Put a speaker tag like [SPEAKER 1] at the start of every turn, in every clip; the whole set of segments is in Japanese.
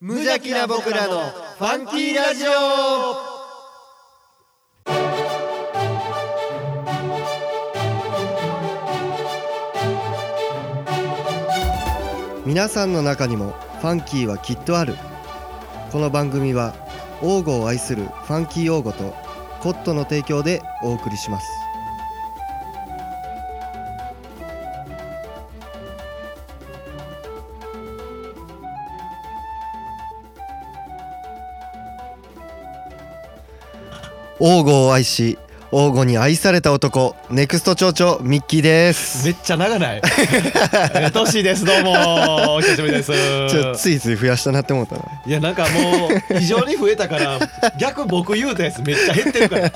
[SPEAKER 1] 無邪気な僕らのファンキーラジオ皆さんの中にもファンキーはきっとあるこの番組は王語を愛するファンキー王語とコットの提供でお送りします王語を愛し王語に愛された男ネクスト町長ミッキーです
[SPEAKER 2] めっちゃ長ない。えトシです。どうも。お久しぶりです。
[SPEAKER 1] ちょついつい増やしたなって思ったない
[SPEAKER 2] や、なんかもう、異常に増えたから、逆僕言うたやつめっちゃ減ってるから。 なん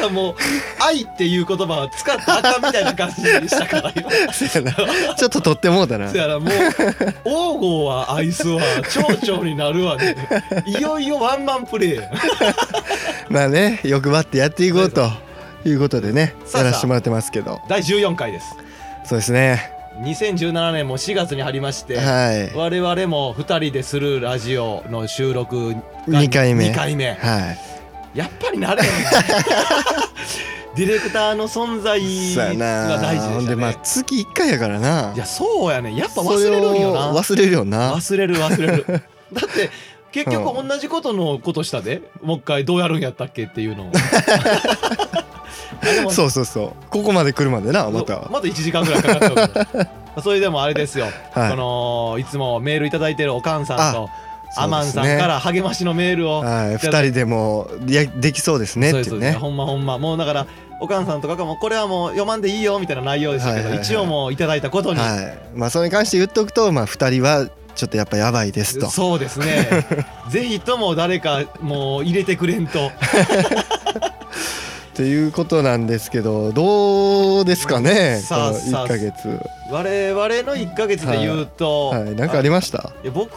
[SPEAKER 2] かもう、愛っていう言葉は使ったらあかんみたいな感じにしたから、今。
[SPEAKER 1] そ やなちょっと取ってもうたな
[SPEAKER 2] そやらもう、王郷は愛すは、蝶々になるわで、いよいよワンマンプレイ。
[SPEAKER 1] まあね欲張ってやっていこうということでねや
[SPEAKER 2] さあさあ
[SPEAKER 1] らせてもらってますけど
[SPEAKER 2] 第14回です。
[SPEAKER 1] そうですね
[SPEAKER 2] 2017年も4月に入りまして、
[SPEAKER 1] は
[SPEAKER 2] 我々も2人でするラジオの収録
[SPEAKER 1] い
[SPEAKER 2] が
[SPEAKER 1] 2回目
[SPEAKER 2] 二回目
[SPEAKER 1] はい
[SPEAKER 2] やっぱり なれへんねディレクターの存在
[SPEAKER 1] そうや
[SPEAKER 2] が大
[SPEAKER 1] な
[SPEAKER 2] 事
[SPEAKER 1] ほ
[SPEAKER 2] で
[SPEAKER 1] ん
[SPEAKER 2] し
[SPEAKER 1] で
[SPEAKER 2] た
[SPEAKER 1] まあ
[SPEAKER 2] ね
[SPEAKER 1] 月1回やからない
[SPEAKER 2] やそうやねやっぱ忘れるんよ
[SPEAKER 1] それ
[SPEAKER 2] な
[SPEAKER 1] を忘れるよな
[SPEAKER 2] 忘れる忘れるだって結局同じことのことしたでもう一回どうやるんやったっけっ ていうのをあでも
[SPEAKER 1] そうそうそうここまで来るまでなまた
[SPEAKER 2] また1時間ぐらいかかっちゃう からそれでもあれですよ、
[SPEAKER 1] はい
[SPEAKER 2] このいつもメールいただいてるおかんさんとアマンさん
[SPEAKER 1] そうですね
[SPEAKER 2] から励ましのメールを
[SPEAKER 1] はい2人でもいやできそうですね
[SPEAKER 2] そう
[SPEAKER 1] っ
[SPEAKER 2] で
[SPEAKER 1] て
[SPEAKER 2] す
[SPEAKER 1] い
[SPEAKER 2] そう
[SPEAKER 1] う
[SPEAKER 2] です
[SPEAKER 1] ね
[SPEAKER 2] ほんまほんまもうだからお母さんとかがもうこれはもう読まんでいいよみたいな内容でしたけど、
[SPEAKER 1] はいはいはい
[SPEAKER 2] 一応もういただいたことに、
[SPEAKER 1] はいまあそれに関して言っとくとまあ2人はちょっとやっぱやばいですと
[SPEAKER 2] そうです ねぜひとも誰かもう入れてくれんと
[SPEAKER 1] ということなんですけどどうですかねこ
[SPEAKER 2] さあ
[SPEAKER 1] の
[SPEAKER 2] さあ
[SPEAKER 1] 1ヶ月
[SPEAKER 2] 我々の1ヶ月で言うと、
[SPEAKER 1] はいなんかありました
[SPEAKER 2] いや僕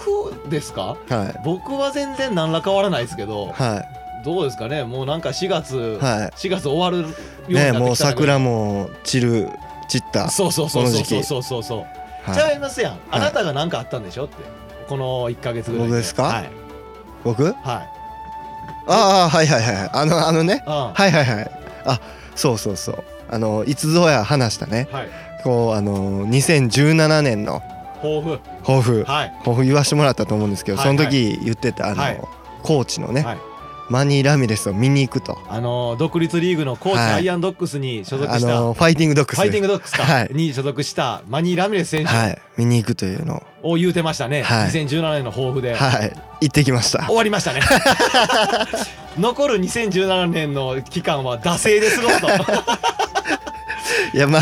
[SPEAKER 2] ですか
[SPEAKER 1] はい
[SPEAKER 2] 僕は全然何ら変わらないですけど
[SPEAKER 1] はい
[SPEAKER 2] どうですかねもうなんか4月、
[SPEAKER 1] は
[SPEAKER 2] 4月終わ
[SPEAKER 1] い
[SPEAKER 2] るようになってきた
[SPEAKER 1] ね
[SPEAKER 2] ので
[SPEAKER 1] もう桜も散る散った
[SPEAKER 2] そうそうそ
[SPEAKER 1] こ
[SPEAKER 2] う
[SPEAKER 1] の
[SPEAKER 2] そ
[SPEAKER 1] 時
[SPEAKER 2] うそう
[SPEAKER 1] 期
[SPEAKER 2] そうそうそうちゃ
[SPEAKER 1] はい
[SPEAKER 2] いますやん、あなたが何かあったんでしょってこの1ヶ月ぐらい
[SPEAKER 1] 僕ですか
[SPEAKER 2] はい、
[SPEAKER 1] 僕
[SPEAKER 2] はい
[SPEAKER 1] ああはいはいはいはいあのあのね
[SPEAKER 2] うん
[SPEAKER 1] はいはいはいあそうそうそうあのいつぞや話したね
[SPEAKER 2] はい
[SPEAKER 1] こうあの2017年の
[SPEAKER 2] 抱負
[SPEAKER 1] 抱負
[SPEAKER 2] はい
[SPEAKER 1] 抱負言わしてもらったと思うんですけど
[SPEAKER 2] はい
[SPEAKER 1] そ
[SPEAKER 2] はい
[SPEAKER 1] の時言ってたあ
[SPEAKER 2] はい
[SPEAKER 1] のコーチのね
[SPEAKER 2] はい
[SPEAKER 1] マニー・ラミレスを見に行くと
[SPEAKER 2] あのー独立リーグのコーチ
[SPEAKER 1] はい
[SPEAKER 2] アイアンドックスに所属
[SPEAKER 1] あ
[SPEAKER 2] した、
[SPEAKER 1] のファイティングドッグス
[SPEAKER 2] ファイティン
[SPEAKER 1] グ
[SPEAKER 2] グドックスか、
[SPEAKER 1] はい
[SPEAKER 2] に所属したマニー・ラミレス選手
[SPEAKER 1] はい見に行くというのを
[SPEAKER 2] を言うてましたね、
[SPEAKER 1] はい
[SPEAKER 2] 2017年の抱負で、
[SPEAKER 1] はい行ってきました
[SPEAKER 2] 終わりましたね 残る2017年の期間は惰性で過ご すと
[SPEAKER 1] いやまあ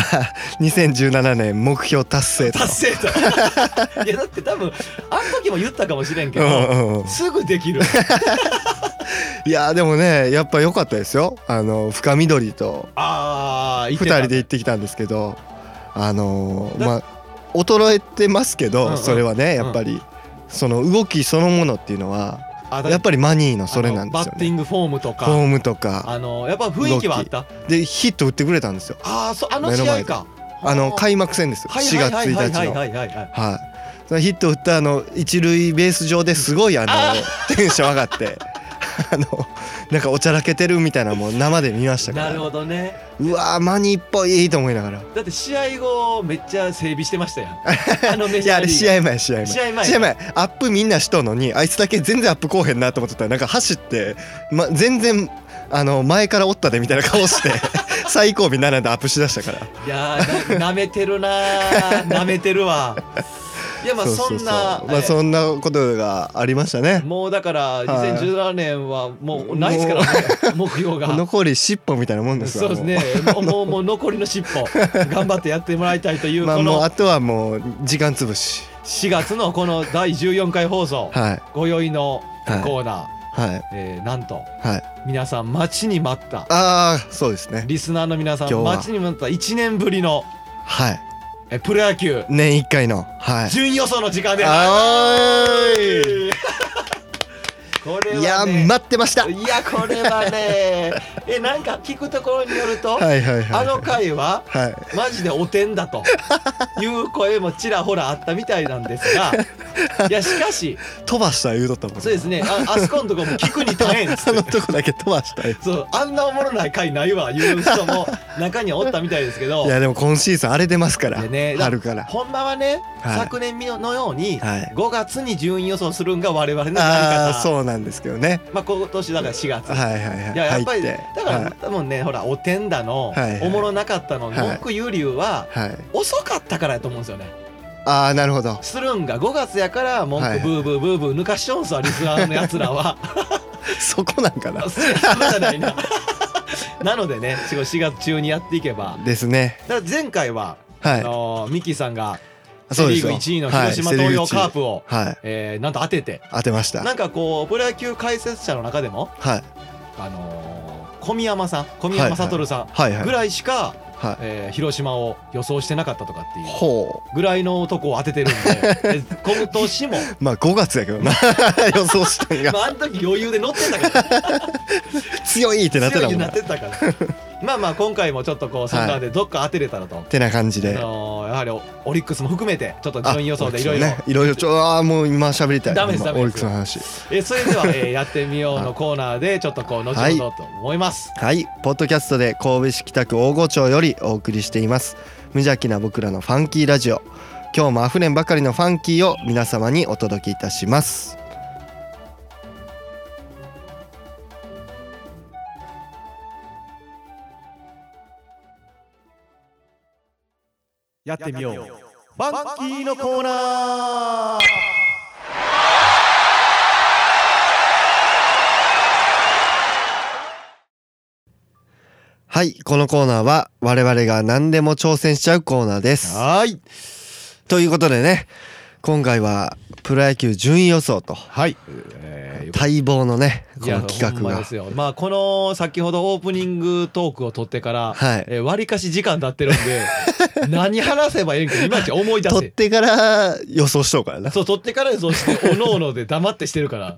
[SPEAKER 1] 2017年目標達成と
[SPEAKER 2] 達成といやだって多分あの時も言ったかもしれんけ
[SPEAKER 1] う
[SPEAKER 2] ど、
[SPEAKER 1] んうんうん
[SPEAKER 2] すぐ できる
[SPEAKER 1] いやでもねやっぱ良かったですよあの深緑と
[SPEAKER 2] ああ
[SPEAKER 1] 2人で行ってきたんですけどあのー
[SPEAKER 2] だ
[SPEAKER 1] まあ衰えてますけ
[SPEAKER 2] うんう
[SPEAKER 1] ど
[SPEAKER 2] ん
[SPEAKER 1] それはねやっぱりその動きそのものっていうのはやっぱりマニーのそれなんですよ
[SPEAKER 2] バッテ
[SPEAKER 1] ね
[SPEAKER 2] ィングフォームと
[SPEAKER 1] フ
[SPEAKER 2] か
[SPEAKER 1] ォームとか
[SPEAKER 2] あのーやっぱ雰囲気はあった
[SPEAKER 1] でヒット打ってくれたんですよ
[SPEAKER 2] ああそうあの
[SPEAKER 1] 目
[SPEAKER 2] 試合
[SPEAKER 1] の前で
[SPEAKER 2] か
[SPEAKER 1] あの開幕戦ですよ4月1日の
[SPEAKER 2] はいはいはいはいはいはい
[SPEAKER 1] はい。そのヒット打ったあの一塁ベース上ですごいあの
[SPEAKER 2] あ
[SPEAKER 1] テンション上がって あのなんかおちゃらけてるみたいなのも生で見ましたか
[SPEAKER 2] な
[SPEAKER 1] ら
[SPEAKER 2] るほどね
[SPEAKER 1] うわーマニーっぽいと思いながら
[SPEAKER 2] だって試合後めっちゃ整備してましたや んあのメ
[SPEAKER 1] い
[SPEAKER 2] ジ
[SPEAKER 1] や
[SPEAKER 2] ャ
[SPEAKER 1] あ
[SPEAKER 2] ーリ
[SPEAKER 1] れ
[SPEAKER 2] ーグ
[SPEAKER 1] 試合前試合前
[SPEAKER 2] 試合前
[SPEAKER 1] アップみんなしとんのにあいつだけ全然アップこうへんなと思ってたらなんか走って、ま、全然あの前からおったでみたいな顔 して最後尾並んでアップしだしたから
[SPEAKER 2] いやーな舐めてる なー舐めてるわいやまあそんな
[SPEAKER 1] ま
[SPEAKER 2] え
[SPEAKER 1] あ、そんなことがありましたね
[SPEAKER 2] もうだから
[SPEAKER 1] い
[SPEAKER 2] 2017年はもうないですからね目標が
[SPEAKER 1] 残り尻尾みたいなもんです
[SPEAKER 2] そ
[SPEAKER 1] わ
[SPEAKER 2] うですねもうもうもう残りの尻尾頑張ってやってもらいたいとい う
[SPEAKER 1] まあ
[SPEAKER 2] こ
[SPEAKER 1] もう
[SPEAKER 2] の
[SPEAKER 1] あとはもう時間つぶし
[SPEAKER 2] 4月のこの第14回放送
[SPEAKER 1] はい
[SPEAKER 2] ご用意の
[SPEAKER 1] はい
[SPEAKER 2] コーナ
[SPEAKER 1] はい
[SPEAKER 2] ーえーなんと
[SPEAKER 1] はい
[SPEAKER 2] 皆さん待ちに待った
[SPEAKER 1] ああそうですね
[SPEAKER 2] リスナーの皆さ
[SPEAKER 1] 今
[SPEAKER 2] ん
[SPEAKER 1] 日は
[SPEAKER 2] 待ちに待った1年ぶりの
[SPEAKER 1] はい
[SPEAKER 2] えプロ野球
[SPEAKER 1] 年一回のはい
[SPEAKER 2] 準予想の時間です
[SPEAKER 1] あーい
[SPEAKER 2] これれ
[SPEAKER 1] いや
[SPEAKER 2] はね
[SPEAKER 1] ー待ってましたはい
[SPEAKER 2] いやこれはね えなんか聞くところによると、
[SPEAKER 1] はいはい
[SPEAKER 2] あの回は
[SPEAKER 1] はい
[SPEAKER 2] マジでおてん だという声もちらほらあったみたいなんですがいやしかし
[SPEAKER 1] 飛ばした言うとったもん
[SPEAKER 2] そうですねああそこのとこも聞くに大変っつ
[SPEAKER 1] あ
[SPEAKER 2] って
[SPEAKER 1] のとこだけ飛ばしたい
[SPEAKER 2] そうあんなおもろない回ないわいう人も中にはおったみたいですけど
[SPEAKER 1] いやでも今シーズン荒れてますから
[SPEAKER 2] でね
[SPEAKER 1] 春から
[SPEAKER 2] ほんまはね、
[SPEAKER 1] はい
[SPEAKER 2] 昨年のように
[SPEAKER 1] はい
[SPEAKER 2] 5月に順位予想するんが我々のやり
[SPEAKER 1] ああ
[SPEAKER 2] 方
[SPEAKER 1] そうなんですけどね
[SPEAKER 2] まあ、今年だから4月、
[SPEAKER 1] はいはいはい
[SPEAKER 2] いややっぱり
[SPEAKER 1] 入
[SPEAKER 2] だ
[SPEAKER 1] って
[SPEAKER 2] から、多分ねほらおてんだの、
[SPEAKER 1] はいはい
[SPEAKER 2] おもろなかったの
[SPEAKER 1] はい
[SPEAKER 2] 文句言う理由は
[SPEAKER 1] はい、はい、
[SPEAKER 2] 遅かったからやと思うんですよね。
[SPEAKER 1] ああなるほど
[SPEAKER 2] するんが5月やから文
[SPEAKER 1] はい
[SPEAKER 2] 句
[SPEAKER 1] はい
[SPEAKER 2] ブーブーブーブー抜かしちょんすわリスナーのやつら は。
[SPEAKER 1] そこなんかな
[SPEAKER 2] そうじゃないな。 なのでね4月中にやっていけば
[SPEAKER 1] ですね
[SPEAKER 2] だから前回は、
[SPEAKER 1] は
[SPEAKER 2] あ
[SPEAKER 1] い
[SPEAKER 2] のーミキさんがセ・
[SPEAKER 1] そうで
[SPEAKER 2] リー
[SPEAKER 1] す
[SPEAKER 2] グ
[SPEAKER 1] よ
[SPEAKER 2] 1位の広島東洋カープを、
[SPEAKER 1] はいセリーグ一位はい
[SPEAKER 2] えーなんと当てて
[SPEAKER 1] 当てました
[SPEAKER 2] なんかこうプロ野球解説者の中でも、
[SPEAKER 1] はい
[SPEAKER 2] あのー小宮山さん小宮山悟さん
[SPEAKER 1] はいはい
[SPEAKER 2] ぐらいしか、
[SPEAKER 1] は
[SPEAKER 2] えー広島を予想してなかったとかってい
[SPEAKER 1] いうほ
[SPEAKER 2] ぐらいの男を当ててるん でで今年も、
[SPEAKER 1] うまあ5月やけどな 予想したんが
[SPEAKER 2] まあ、あの時余裕で乗ってたから
[SPEAKER 1] 強い ってなって
[SPEAKER 2] 強
[SPEAKER 1] た
[SPEAKER 2] い
[SPEAKER 1] も
[SPEAKER 2] に
[SPEAKER 1] ん
[SPEAKER 2] な
[SPEAKER 1] な
[SPEAKER 2] っ
[SPEAKER 1] って
[SPEAKER 2] たからまあまあ今回もちょっとこうそんなでどっか当てれたらと、
[SPEAKER 1] てな感じ
[SPEAKER 2] あ
[SPEAKER 1] で
[SPEAKER 2] のーやはりオオリックスも含めてちょっと
[SPEAKER 1] あ
[SPEAKER 2] 順位予想でいろいろ
[SPEAKER 1] ねいろいろちょああもう今喋りたい
[SPEAKER 2] ダメです
[SPEAKER 1] 今
[SPEAKER 2] ダメ
[SPEAKER 1] オリ
[SPEAKER 2] で
[SPEAKER 1] ッ
[SPEAKER 2] す
[SPEAKER 1] クスの話
[SPEAKER 2] えそれ では、えーやってみようのコーナーでちょっとこう後ほどと思います、
[SPEAKER 1] はい、ポッドキャストで神戸市北区大御町よりお送りしています無邪気な僕らのファンキーラジオ今日もあふれんばかりのファンキーを皆様にお届けいたします
[SPEAKER 2] やってみようファンキーのコーナー
[SPEAKER 1] はいこのコーナーは我々が何でも挑戦しちゃうコーナーです
[SPEAKER 2] はい
[SPEAKER 1] ということでね今回はプロ野球順位予想と
[SPEAKER 2] はい、えー
[SPEAKER 1] 待望のねこ
[SPEAKER 2] いや
[SPEAKER 1] の企画
[SPEAKER 2] ほんま
[SPEAKER 1] が
[SPEAKER 2] ですよまあこの先ほどオープニングトークを取ってから、
[SPEAKER 1] はい
[SPEAKER 2] えー割りかし時間経ってるん で何話せばいいんかいまいち思い出
[SPEAKER 1] 取っ
[SPEAKER 2] せ
[SPEAKER 1] てから予想しとうからな
[SPEAKER 2] そう取ってから予想しておのおので黙ってしてるから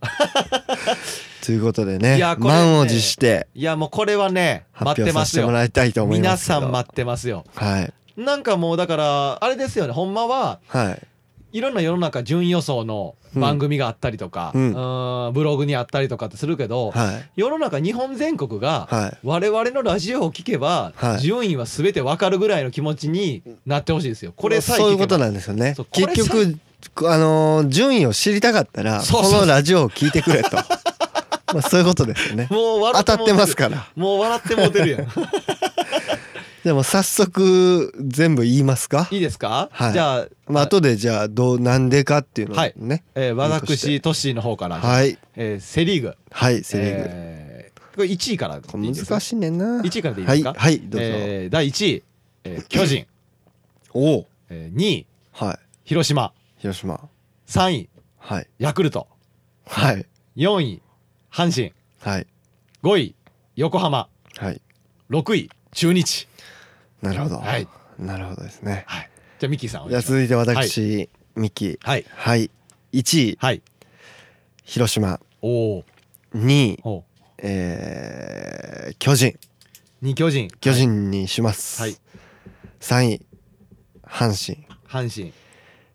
[SPEAKER 1] ということでね
[SPEAKER 2] いやこれね
[SPEAKER 1] 満を持して
[SPEAKER 2] いやもうこれはね
[SPEAKER 1] 発
[SPEAKER 2] 待
[SPEAKER 1] 表
[SPEAKER 2] ってま
[SPEAKER 1] させ
[SPEAKER 2] す
[SPEAKER 1] て
[SPEAKER 2] よ
[SPEAKER 1] もらいたいと思いま
[SPEAKER 2] 皆
[SPEAKER 1] すけど
[SPEAKER 2] さん待ってますよ
[SPEAKER 1] はい
[SPEAKER 2] なんかもうだからあれですよねほんまは
[SPEAKER 1] はい
[SPEAKER 2] いろんな世の中順位予想の番組があったりとか、
[SPEAKER 1] う
[SPEAKER 2] うんーんブログにあったりとかってするけど、
[SPEAKER 1] はい
[SPEAKER 2] 世の中日本全国が、
[SPEAKER 1] はい
[SPEAKER 2] 我々のラジオを聞けば、
[SPEAKER 1] はい
[SPEAKER 2] 順位は全て分かるぐらいの気持ちになってほしいですよ。これさえ
[SPEAKER 1] そういうこと
[SPEAKER 2] な
[SPEAKER 1] なんですよね
[SPEAKER 2] そうこれさ
[SPEAKER 1] 結
[SPEAKER 2] え
[SPEAKER 1] 局あのー順位を知りたかったら
[SPEAKER 2] そうそうそう
[SPEAKER 1] このラジオを聞いてくれ とまあそういうことですよね
[SPEAKER 2] もう
[SPEAKER 1] 当
[SPEAKER 2] 笑
[SPEAKER 1] たってますか
[SPEAKER 2] ら。
[SPEAKER 1] ら
[SPEAKER 2] もう笑ってもう てるやん。
[SPEAKER 1] でも早速全部言いますか
[SPEAKER 2] いいですか、
[SPEAKER 1] はい
[SPEAKER 2] じゃあ、
[SPEAKER 1] まあ後でじゃあどうなんでかっていうのを
[SPEAKER 2] はい
[SPEAKER 1] ね
[SPEAKER 2] えー私、トッシーの方から、
[SPEAKER 1] はい
[SPEAKER 2] えーセ・リーグ。
[SPEAKER 1] はいセ・リーグ
[SPEAKER 2] えーこれ1位から
[SPEAKER 1] こ
[SPEAKER 2] でい
[SPEAKER 1] れ
[SPEAKER 2] いですか
[SPEAKER 1] 難しいねんな
[SPEAKER 2] 1位からでいい
[SPEAKER 1] は
[SPEAKER 2] です
[SPEAKER 1] い
[SPEAKER 2] か、
[SPEAKER 1] はいどうぞ
[SPEAKER 2] えー第1位、えー巨人、
[SPEAKER 1] おお
[SPEAKER 2] え2位、
[SPEAKER 1] はい
[SPEAKER 2] 広島、
[SPEAKER 1] 広島
[SPEAKER 2] 3位、
[SPEAKER 1] はい
[SPEAKER 2] ヤクルト、
[SPEAKER 1] はい
[SPEAKER 2] 4位、阪神、
[SPEAKER 1] はい
[SPEAKER 2] 5位、横浜、
[SPEAKER 1] はい
[SPEAKER 2] 6位、中日。
[SPEAKER 1] なるほど
[SPEAKER 2] はい
[SPEAKER 1] なるほどですね
[SPEAKER 2] はい、じゃあ、ミッキーさんお
[SPEAKER 1] じゃあ
[SPEAKER 2] 願いします。
[SPEAKER 1] 続いて私ミキ
[SPEAKER 2] はい。
[SPEAKER 1] はい1位
[SPEAKER 2] はい。
[SPEAKER 1] 広島
[SPEAKER 2] お
[SPEAKER 1] 2位
[SPEAKER 2] お。
[SPEAKER 1] えー巨人
[SPEAKER 2] 二巨人。
[SPEAKER 1] 巨人にします、
[SPEAKER 2] はい。
[SPEAKER 1] 3位阪神、
[SPEAKER 2] 阪神。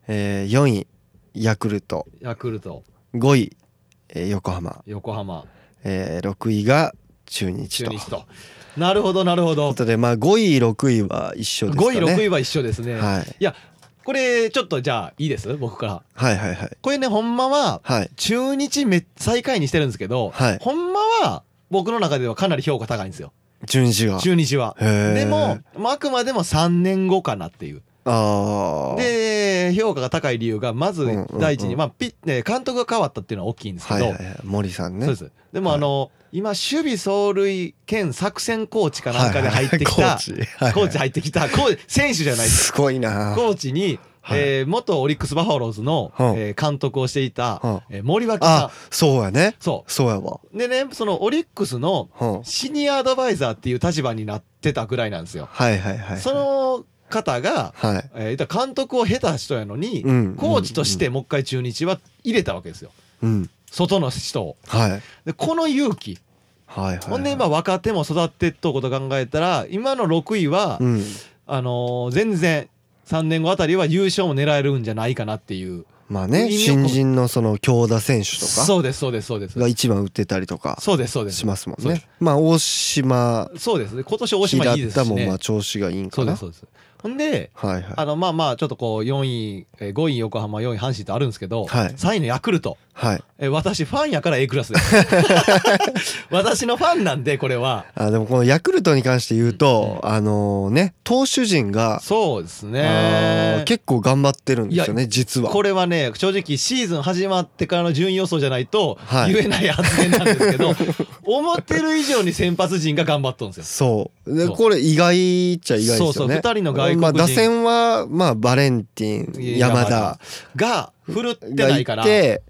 [SPEAKER 1] えー4位ヤクルト
[SPEAKER 2] ヤクルト。
[SPEAKER 1] 5位、えー横浜、
[SPEAKER 2] 横浜。
[SPEAKER 1] えー6位が中日
[SPEAKER 2] 中
[SPEAKER 1] と
[SPEAKER 2] 日と。なるほど、なるほ
[SPEAKER 1] という
[SPEAKER 2] ど
[SPEAKER 1] こ。とでまあ5位6位は一緒ですか
[SPEAKER 2] 五
[SPEAKER 1] ね
[SPEAKER 2] 位、六位は一緒ですね。
[SPEAKER 1] はい、
[SPEAKER 2] いや、これ、ちょっと、じゃあ、いいです。僕から。
[SPEAKER 1] はいはいはい
[SPEAKER 2] これね、ほんまは。
[SPEAKER 1] はい
[SPEAKER 2] 中日め、最下位にしてるんですけど。
[SPEAKER 1] はい
[SPEAKER 2] ほんまは。僕の中ではかなり評価高いんですよ。
[SPEAKER 1] 中日が
[SPEAKER 2] 中日は。
[SPEAKER 1] へー
[SPEAKER 2] でも、まああくまでも三年後かなっていう。
[SPEAKER 1] ああ
[SPEAKER 2] で評価が高い理由がまず
[SPEAKER 1] うんうん
[SPEAKER 2] 第一に、
[SPEAKER 1] うん
[SPEAKER 2] まあピッえー監督が変わったっていうのは大きいんですけ
[SPEAKER 1] は
[SPEAKER 2] ど、
[SPEAKER 1] いはいはい森さんね
[SPEAKER 2] そうですでも
[SPEAKER 1] はい
[SPEAKER 2] あの、今守備走塁兼作戦コーチかなんかで入ってきた、
[SPEAKER 1] はいはいコーチはいはい
[SPEAKER 2] コーチ入ってきたコーチ選手じゃないです
[SPEAKER 1] すごいな
[SPEAKER 2] コーチに、
[SPEAKER 1] はい
[SPEAKER 2] えー元オリックス・バファローズの、
[SPEAKER 1] うん
[SPEAKER 2] えー監督をしていた、
[SPEAKER 1] うん
[SPEAKER 2] えー森脇
[SPEAKER 1] あ
[SPEAKER 2] さ
[SPEAKER 1] そうやね
[SPEAKER 2] んそ
[SPEAKER 1] そうやわ
[SPEAKER 2] うでねそのオリックスの
[SPEAKER 1] うん
[SPEAKER 2] シニアアドバイザーっていう立場になってたぐらいなんですよ、
[SPEAKER 1] はいはいはい
[SPEAKER 2] その方が、
[SPEAKER 1] はい
[SPEAKER 2] えー言ったら監督を経た人やのに、
[SPEAKER 1] うん
[SPEAKER 2] コーチとしてもう一回中日は入れたわけですよ。
[SPEAKER 1] うん
[SPEAKER 2] 外の人を
[SPEAKER 1] はいはい
[SPEAKER 2] でこの勇気
[SPEAKER 1] はいはい
[SPEAKER 2] ほんで今若手も育ってっとうこと考えたら今の6位は、
[SPEAKER 1] うん
[SPEAKER 2] あのー全然3年後あたりは優勝も狙えるんじゃないかなっていう
[SPEAKER 1] まあね
[SPEAKER 2] 意味を込め
[SPEAKER 1] 新人のその強打選手とか
[SPEAKER 2] そうですそうですそうです
[SPEAKER 1] が一番打ってたりとか
[SPEAKER 2] そうですそうです
[SPEAKER 1] しますもん
[SPEAKER 2] そうで
[SPEAKER 1] ねまあ大島
[SPEAKER 2] すそうですね今年大島いいで
[SPEAKER 1] 平
[SPEAKER 2] す
[SPEAKER 1] 田
[SPEAKER 2] し
[SPEAKER 1] も
[SPEAKER 2] ね
[SPEAKER 1] まあ調子がいいん
[SPEAKER 2] そ
[SPEAKER 1] か
[SPEAKER 2] うで
[SPEAKER 1] な
[SPEAKER 2] すそうですほんで
[SPEAKER 1] はいはい
[SPEAKER 2] あのまあまあちょっとこう4位えー5位横浜4位阪神とあるんですけど、
[SPEAKER 1] はい
[SPEAKER 2] 3位のヤクルト
[SPEAKER 1] はい
[SPEAKER 2] えー私ファンやから A クラスです 私のファンなんでこれは
[SPEAKER 1] あでもこのヤクルトに関して言うとあのね投手陣が
[SPEAKER 2] そうです
[SPEAKER 1] あ
[SPEAKER 2] ね
[SPEAKER 1] ー結構頑張ってるんですよね実は
[SPEAKER 2] これはね正直シーズン始まってからの順位予想じゃないと
[SPEAKER 1] はい
[SPEAKER 2] 言えない発言なんです けど、思ってる以上に先発陣が頑張っとるんですよ
[SPEAKER 1] そうで
[SPEAKER 2] そう
[SPEAKER 1] これ意外っちゃ意外ですよね
[SPEAKER 2] そうそう二人の外国人
[SPEAKER 1] まあ、打線はまあバレンティン山田
[SPEAKER 2] が振るって
[SPEAKER 1] が
[SPEAKER 2] ない
[SPEAKER 1] い
[SPEAKER 2] から
[SPEAKER 1] て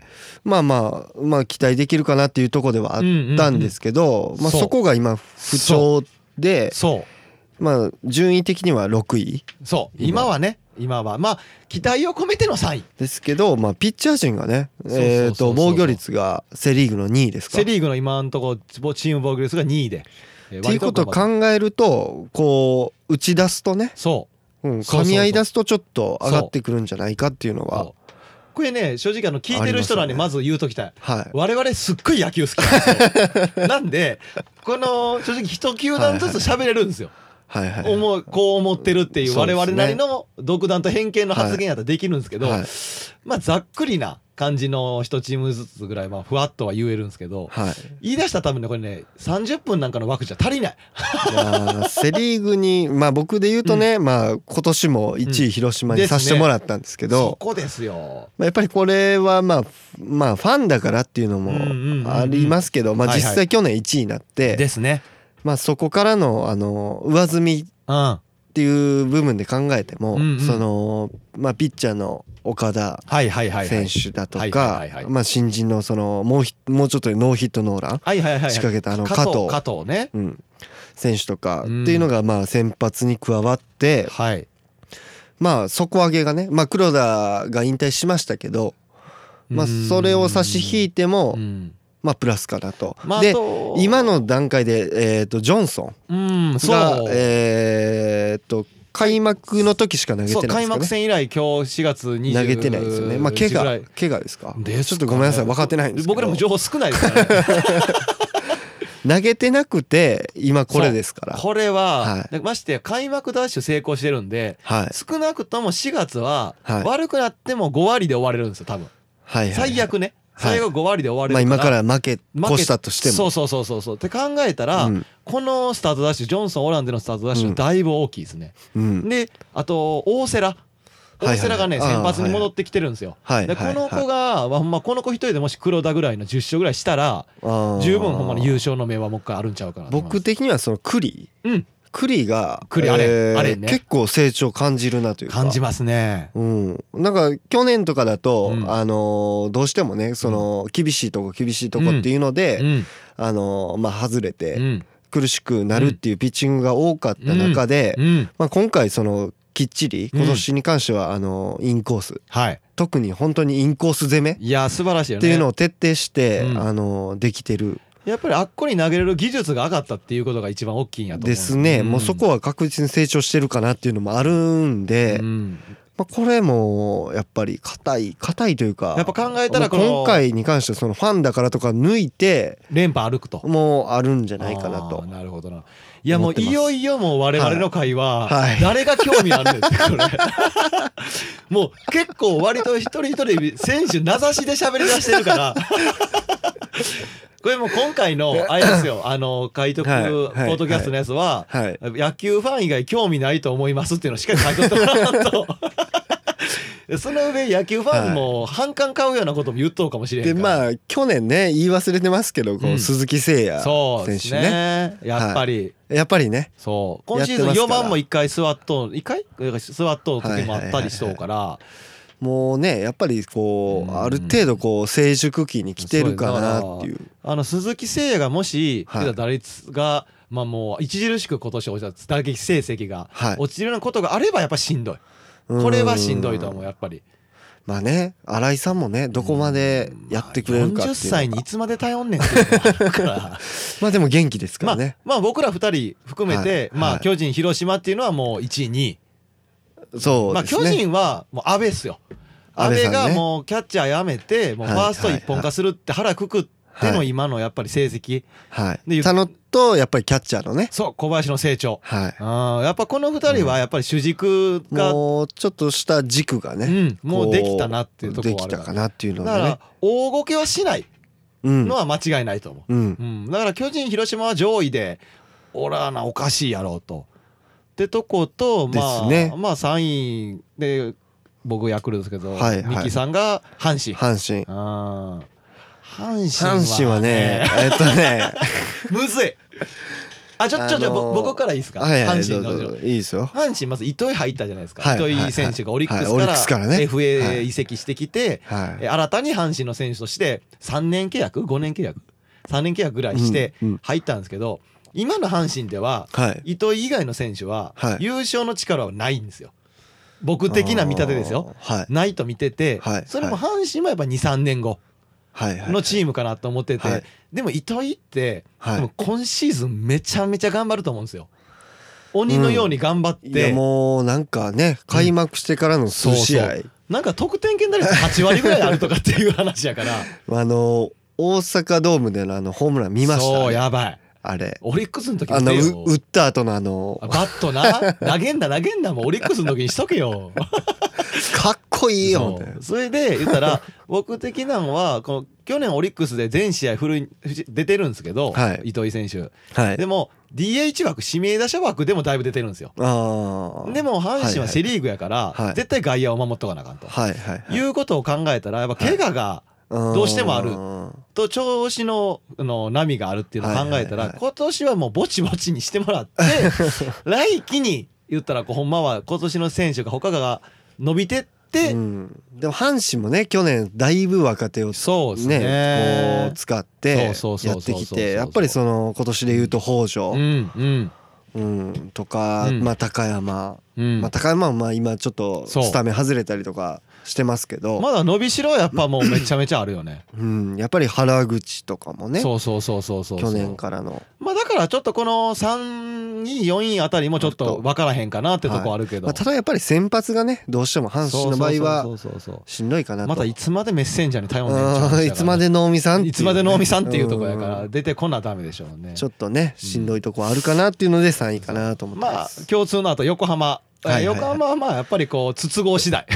[SPEAKER 1] まあまあまあ期待できるかなっていうところではあったんですけど、
[SPEAKER 2] んうん
[SPEAKER 1] まあ、
[SPEAKER 2] そう
[SPEAKER 1] そこが今不調で、
[SPEAKER 2] そう
[SPEAKER 1] まあ、順位的には6位
[SPEAKER 2] そう今はね今はまあ期待を込めての3位
[SPEAKER 1] ですけど、まあ、ピッチャー陣がね
[SPEAKER 2] そうそうそうそう
[SPEAKER 1] えーと防御率がセ・リーグの2位ですか。
[SPEAKER 2] セ・リーグの今のところチーム防御率が2位で。え
[SPEAKER 1] っ
[SPEAKER 2] ー
[SPEAKER 1] ていうことを
[SPEAKER 2] 割頑張っ
[SPEAKER 1] 考えるとこう打ち出すとね、
[SPEAKER 2] そ
[SPEAKER 1] うん、
[SPEAKER 2] そうそう
[SPEAKER 1] 噛み合い出すとちょっと上がってくるんじゃないかっていうの
[SPEAKER 2] う
[SPEAKER 1] は
[SPEAKER 2] そうこれね正直あの聞いてる人らに
[SPEAKER 1] あり
[SPEAKER 2] ま
[SPEAKER 1] ま
[SPEAKER 2] ず言うときたい。
[SPEAKER 1] はい
[SPEAKER 2] 我々すっごい野球好きなんです よなんでこの正直一球団ずつ喋れるんですよ、
[SPEAKER 1] はいはい
[SPEAKER 2] 思うこう思ってるっていう
[SPEAKER 1] そう
[SPEAKER 2] 我
[SPEAKER 1] ですね
[SPEAKER 2] 々なりの独断と偏見の発言やったらできるんですけど、
[SPEAKER 1] はい
[SPEAKER 2] まあざっくりな感じの一チームずつぐらいまあふわっとは言えるんですけど
[SPEAKER 1] はい
[SPEAKER 2] 言い出したら多分ねこれね30分なんかの枠じゃ足りない
[SPEAKER 1] いやーセ・リーグにまあ僕で言うとね、まあ今年も1位広島
[SPEAKER 2] で
[SPEAKER 1] に
[SPEAKER 2] すね
[SPEAKER 1] させてもらったんですけ
[SPEAKER 2] そ
[SPEAKER 1] ど、
[SPEAKER 2] こですよ
[SPEAKER 1] まあやっぱりこれはまあまあファンだからっていうの
[SPEAKER 2] うんうんうんうん
[SPEAKER 1] もありますけど、まあ
[SPEAKER 2] はいはい
[SPEAKER 1] 実際去年1位になって、
[SPEAKER 2] ですね
[SPEAKER 1] まあそこからのあの上積み
[SPEAKER 2] うん
[SPEAKER 1] っていう部分で考えても、
[SPEAKER 2] うんうん
[SPEAKER 1] そのまあピッチャーの岡田
[SPEAKER 2] はいはいはいはい。
[SPEAKER 1] 選手だと
[SPEAKER 2] はい
[SPEAKER 1] か
[SPEAKER 2] はいはいはい
[SPEAKER 1] まあ新人のそのもうひもうちょっとでノーヒットノーラン
[SPEAKER 2] はいはいはいはい。
[SPEAKER 1] 仕掛けたあの
[SPEAKER 2] 加藤。
[SPEAKER 1] 加
[SPEAKER 2] 加藤ね。
[SPEAKER 1] うん、選手とかっ
[SPEAKER 2] うん
[SPEAKER 1] ていうのがまあ先発に加わって、
[SPEAKER 2] はい。
[SPEAKER 1] まあ底上げがね、まあ、黒田が引退しましたけど、まあ、
[SPEAKER 2] うん
[SPEAKER 1] それを差し引いても、
[SPEAKER 2] うん
[SPEAKER 1] まあ、プラスかなと。
[SPEAKER 2] まあ、あ
[SPEAKER 1] で
[SPEAKER 2] と
[SPEAKER 1] 今、の段階で、えー、とジョンソ
[SPEAKER 2] うん、
[SPEAKER 1] ンが
[SPEAKER 2] そ、う。
[SPEAKER 1] えー、と開幕の時しか投げて
[SPEAKER 2] そう
[SPEAKER 1] ない
[SPEAKER 2] 開
[SPEAKER 1] ですか
[SPEAKER 2] 幕
[SPEAKER 1] ね。
[SPEAKER 2] 戦以来今日4月20
[SPEAKER 1] 投げてないですよね。まあ、怪
[SPEAKER 2] ぐら
[SPEAKER 1] 我
[SPEAKER 2] い、
[SPEAKER 1] 怪我ですか。
[SPEAKER 2] ですかね
[SPEAKER 1] ちょっとごめんなさい、分かってないんですけど。
[SPEAKER 2] 僕らも情報少ないですから ね
[SPEAKER 1] 投げてなくて、今これですから。
[SPEAKER 2] これは
[SPEAKER 1] は、
[SPEAKER 2] でましてや開幕ダッシュ成功してるんで
[SPEAKER 1] はい、
[SPEAKER 2] 少なくとも4月は
[SPEAKER 1] はい
[SPEAKER 2] 悪くなっても5割で終われるんですよ多分
[SPEAKER 1] はい、はい。
[SPEAKER 2] 最。悪ね
[SPEAKER 1] はい
[SPEAKER 2] 最悪5割で終
[SPEAKER 1] ま
[SPEAKER 2] わ
[SPEAKER 1] あ、
[SPEAKER 2] れる
[SPEAKER 1] 今
[SPEAKER 2] か
[SPEAKER 1] か
[SPEAKER 2] ら
[SPEAKER 1] ら負け、
[SPEAKER 2] 負け
[SPEAKER 1] 越したとしても。
[SPEAKER 2] そうそうそうそうそうって考えたら、
[SPEAKER 1] うん
[SPEAKER 2] このスタートダッシュジョンソン・オランデのスタートダッシ
[SPEAKER 1] う
[SPEAKER 2] ュ
[SPEAKER 1] ん
[SPEAKER 2] だいぶ大きいですね、
[SPEAKER 1] うん。
[SPEAKER 2] であと大瀬良
[SPEAKER 1] いはい
[SPEAKER 2] 大瀬良がね
[SPEAKER 1] あー
[SPEAKER 2] 先発に戻ってきてるんですよ、
[SPEAKER 1] はいはい
[SPEAKER 2] でこの子が、まあほんまこの子一人でもし黒田ぐらいの10勝ぐらいしたら
[SPEAKER 1] あー
[SPEAKER 2] 十分ほんまに優勝の目はもう一回あるんちゃうかなと思います
[SPEAKER 1] 僕的にはそのクリ
[SPEAKER 2] うん
[SPEAKER 1] クリが
[SPEAKER 2] クリあれ
[SPEAKER 1] えー
[SPEAKER 2] あれね
[SPEAKER 1] 結構成長感じるなというか
[SPEAKER 2] 感じますね
[SPEAKER 1] うん、なんか去年とかだと、
[SPEAKER 2] うん
[SPEAKER 1] あのーどうしてもねその厳しいとこ厳しいとこっていうので、
[SPEAKER 2] うん
[SPEAKER 1] あのーまあ、外れ
[SPEAKER 2] う
[SPEAKER 1] て
[SPEAKER 2] ん
[SPEAKER 1] 苦しくなるっていうピッチングが多かった中で、
[SPEAKER 2] うん
[SPEAKER 1] まあ、今回そのきっちり
[SPEAKER 2] うん
[SPEAKER 1] 今年に関してはあのーインコース
[SPEAKER 2] はい
[SPEAKER 1] 特に本当にインコース攻めっ
[SPEAKER 2] いや素晴らしいよね
[SPEAKER 1] ていうのを徹底して、
[SPEAKER 2] うん
[SPEAKER 1] あのーできてる
[SPEAKER 2] やっぱりあっこに投げれる技術が上がったっていうことが一番大きいんやと思う
[SPEAKER 1] ですね、もうそこ
[SPEAKER 2] は、
[SPEAKER 1] は確実に成長してるかなっていうのもあるんで、
[SPEAKER 2] うん
[SPEAKER 1] まあ、これもやっぱり硬い硬いというか
[SPEAKER 2] やっぱ考えたらこの
[SPEAKER 1] まあ今回に関してはそのファンだからとか抜いて
[SPEAKER 2] 連覇歩くと
[SPEAKER 1] もうあるんじゃないかなと
[SPEAKER 2] あー。なるほどな。いやも
[SPEAKER 1] 思
[SPEAKER 2] う
[SPEAKER 1] ってます
[SPEAKER 2] いよいよもう我々の会は
[SPEAKER 1] はいはい
[SPEAKER 2] 誰が興味あるんですかこれ。 もう結構割と一人一人選手名指しで喋り出してるから。これもう今回のあれですよあの海徳ポ
[SPEAKER 1] はいはい
[SPEAKER 2] ッドキャストのやつは
[SPEAKER 1] はい、
[SPEAKER 2] 野球ファン以外興味ないと思いますっていうのをしっかり書いとってもらわん と。その上野球ファンも反感買うようなことも言っとうかもしれへん
[SPEAKER 1] で
[SPEAKER 2] から。
[SPEAKER 1] まあ去年ね言い忘れてますけどこ
[SPEAKER 2] うん
[SPEAKER 1] う鈴木誠也
[SPEAKER 2] そうで
[SPEAKER 1] 選
[SPEAKER 2] す
[SPEAKER 1] 手ね,、
[SPEAKER 2] ね。やっぱり。
[SPEAKER 1] やっぱりね
[SPEAKER 2] そう今シーズン
[SPEAKER 1] やってます
[SPEAKER 2] 4
[SPEAKER 1] から
[SPEAKER 2] 番も1回座っと1回座っとう時もあったりしそうから
[SPEAKER 1] もうねやっぱりこう、
[SPEAKER 2] うん
[SPEAKER 1] ある程度こう成熟期に来てるかなっていう
[SPEAKER 2] あの鈴木誠也がもし
[SPEAKER 1] はい
[SPEAKER 2] 打率がまあもう著しく今年落ちた打撃成績が
[SPEAKER 1] はい
[SPEAKER 2] 落ちるようなことがあればやっぱしんどいこれはしんどいと思うやっぱり
[SPEAKER 1] まあね新井さんもねどこまでやってくれるかっていう
[SPEAKER 2] 40
[SPEAKER 1] のは
[SPEAKER 2] 歳にいつまで頼んねんっていうのもあるから
[SPEAKER 1] まあでも元気ですからね、
[SPEAKER 2] まあ僕ら2人含めて、
[SPEAKER 1] はい
[SPEAKER 2] まあ
[SPEAKER 1] はい
[SPEAKER 2] 巨人広島っていうのはもう1位2位、
[SPEAKER 1] そう
[SPEAKER 2] まあ
[SPEAKER 1] ですね
[SPEAKER 2] 巨、人はもう阿部っすよ阿
[SPEAKER 1] 安
[SPEAKER 2] 部
[SPEAKER 1] 倍さんね
[SPEAKER 2] がもうキャッチャーやめてもうフ
[SPEAKER 1] はい
[SPEAKER 2] ァースト一本化するって腹くくっての
[SPEAKER 1] はい
[SPEAKER 2] 今のやっぱり成績
[SPEAKER 1] は
[SPEAKER 2] でゆ
[SPEAKER 1] い。たのと、やっぱりキャッチャーのね。
[SPEAKER 2] そう小林の成長
[SPEAKER 1] はい。
[SPEAKER 2] あーやっぱこの2人はやっぱり主軸が、
[SPEAKER 1] もう、ちょっとした軸が
[SPEAKER 2] う
[SPEAKER 1] ね。
[SPEAKER 2] ん、も
[SPEAKER 1] こ
[SPEAKER 2] うできたなっていうところ
[SPEAKER 1] で
[SPEAKER 2] はあ
[SPEAKER 1] き
[SPEAKER 2] る
[SPEAKER 1] た
[SPEAKER 2] か
[SPEAKER 1] からなっていうの
[SPEAKER 2] だ
[SPEAKER 1] が
[SPEAKER 2] か
[SPEAKER 1] ね
[SPEAKER 2] ら。大ごけはしない
[SPEAKER 1] うん
[SPEAKER 2] の。は間違いないと思
[SPEAKER 1] う
[SPEAKER 2] う
[SPEAKER 1] ん。
[SPEAKER 2] うん、だから巨人広島は上位でおらなおかしいやろうと。ってとこと、まあ
[SPEAKER 1] ですね
[SPEAKER 2] まあ3位で僕ヤクルトですけど、
[SPEAKER 1] はいはい
[SPEAKER 2] ミキさんが阪神。
[SPEAKER 1] 阪神。
[SPEAKER 2] あー阪神
[SPEAKER 1] 阪神はね、えっと ね、
[SPEAKER 2] むずいあちょちょちょ、
[SPEAKER 1] あのー
[SPEAKER 2] ぼ僕からいいですか、
[SPEAKER 1] はいはい、
[SPEAKER 2] 阪
[SPEAKER 1] どうぞ
[SPEAKER 2] 神の
[SPEAKER 1] どうぞ。いいですよ。
[SPEAKER 2] 阪神まず糸井入ったじゃないですか、
[SPEAKER 1] はいはい
[SPEAKER 2] 糸井選手がオリック
[SPEAKER 1] はいオリック
[SPEAKER 2] ス
[SPEAKER 1] ス
[SPEAKER 2] か
[SPEAKER 1] かららねは
[SPEAKER 2] FA
[SPEAKER 1] い
[SPEAKER 2] 移籍してきて、
[SPEAKER 1] はい
[SPEAKER 2] え。新たに阪神の選手として3年契約5年契約3年契約ぐらいして
[SPEAKER 1] うんうん
[SPEAKER 2] 入ったんですけど、今の阪神では
[SPEAKER 1] はい。
[SPEAKER 2] 糸井以外の選手は
[SPEAKER 1] はい
[SPEAKER 2] 優勝の力はないんですよ僕的な見立てですよ
[SPEAKER 1] あー。はい。
[SPEAKER 2] ないと見てて、
[SPEAKER 1] はい
[SPEAKER 2] それも阪神もやっぱ23年後
[SPEAKER 1] はいはい。
[SPEAKER 2] のチームかなと思ってて、
[SPEAKER 1] はい
[SPEAKER 2] でも糸井って、
[SPEAKER 1] はい
[SPEAKER 2] 多分今シーズンめちゃめちゃ頑張ると思うんですよ鬼のように頑張っ
[SPEAKER 1] いや
[SPEAKER 2] て、
[SPEAKER 1] もうなんかね開幕してからの数試合、
[SPEAKER 2] そうなんか得点圏打率8割ぐらいあるとかっていう話やから
[SPEAKER 1] あの大阪ドームでのあのホームラン見ました、ね、
[SPEAKER 2] そうやばい
[SPEAKER 1] あれ
[SPEAKER 2] オリックスの時
[SPEAKER 1] あ
[SPEAKER 2] に
[SPEAKER 1] の
[SPEAKER 2] よ
[SPEAKER 1] う打った後のあの
[SPEAKER 2] あバットな投げんな投げんなもうオリックスの時にしとけよ
[SPEAKER 1] かっこいいよ
[SPEAKER 2] そう
[SPEAKER 1] ね
[SPEAKER 2] それで言ったら僕的なのはこの去年オリックスで全試合フルに出てるんですけど、
[SPEAKER 1] はい
[SPEAKER 2] 糸井選手
[SPEAKER 1] はい
[SPEAKER 2] でも DH 枠指名打者枠でもだいぶ出てるんですよ
[SPEAKER 1] ああ
[SPEAKER 2] でも阪神はセ・リーグやから、
[SPEAKER 1] はい
[SPEAKER 2] 絶対外野を守っとかなあかんと、
[SPEAKER 1] はいはいはい
[SPEAKER 2] い、うことを考えたらやっぱ怪我が
[SPEAKER 1] ど
[SPEAKER 2] うしてもあると調子のあの波があるっていうのを考えた
[SPEAKER 1] はいはい
[SPEAKER 2] ら、
[SPEAKER 1] はい
[SPEAKER 2] 今年はもうぼちぼちにしてもらって 来季に言ったらこうほんまは今年の選手が他が伸びてって、
[SPEAKER 1] うん、でも阪神もね去年だいぶ若手を
[SPEAKER 2] そうですね
[SPEAKER 1] ねこう使って
[SPEAKER 2] そうそう
[SPEAKER 1] やっ
[SPEAKER 2] そうそ
[SPEAKER 1] て
[SPEAKER 2] う
[SPEAKER 1] きてやっぱりその今年で言うと北条
[SPEAKER 2] う、んうん
[SPEAKER 1] うん、とか、
[SPEAKER 2] うん
[SPEAKER 1] まあ、高山、
[SPEAKER 2] うん
[SPEAKER 1] まあ、高山はまあ今ちょっと
[SPEAKER 2] そう
[SPEAKER 1] スタメン外れたりとかしてますけど、
[SPEAKER 2] まだ伸びしろはやっぱもうめちゃめちゃあるよね
[SPEAKER 1] うん、やっぱり原口とかもね
[SPEAKER 2] そうそうそうそうそうそ
[SPEAKER 1] 去
[SPEAKER 2] う
[SPEAKER 1] 年からの、
[SPEAKER 2] まあだからちょっとこの3位4位あたりもちょっと分からへんかなってとこあるけど、
[SPEAKER 1] まあ、ただやっぱり先発がねどうしても阪神の場合
[SPEAKER 2] そう
[SPEAKER 1] は
[SPEAKER 2] そうそうそうそう
[SPEAKER 1] しんどいかなと
[SPEAKER 2] またいつまでメッセンジャーに頼んでんちゃう話だか
[SPEAKER 1] う
[SPEAKER 2] ら
[SPEAKER 1] んいつまで能見さんってうね
[SPEAKER 2] いつまで能見さんっていうとこやか
[SPEAKER 1] う
[SPEAKER 2] ら
[SPEAKER 1] ん
[SPEAKER 2] 出てこなダメでしょうね
[SPEAKER 1] ちょっとねしんどいとこあるかなっていうので3位かなと思って
[SPEAKER 2] ま
[SPEAKER 1] ま
[SPEAKER 2] あ
[SPEAKER 1] す、
[SPEAKER 2] 共通のあと横浜えー
[SPEAKER 1] はいはいはい
[SPEAKER 2] 横浜はまあやっぱりこう筒香 次第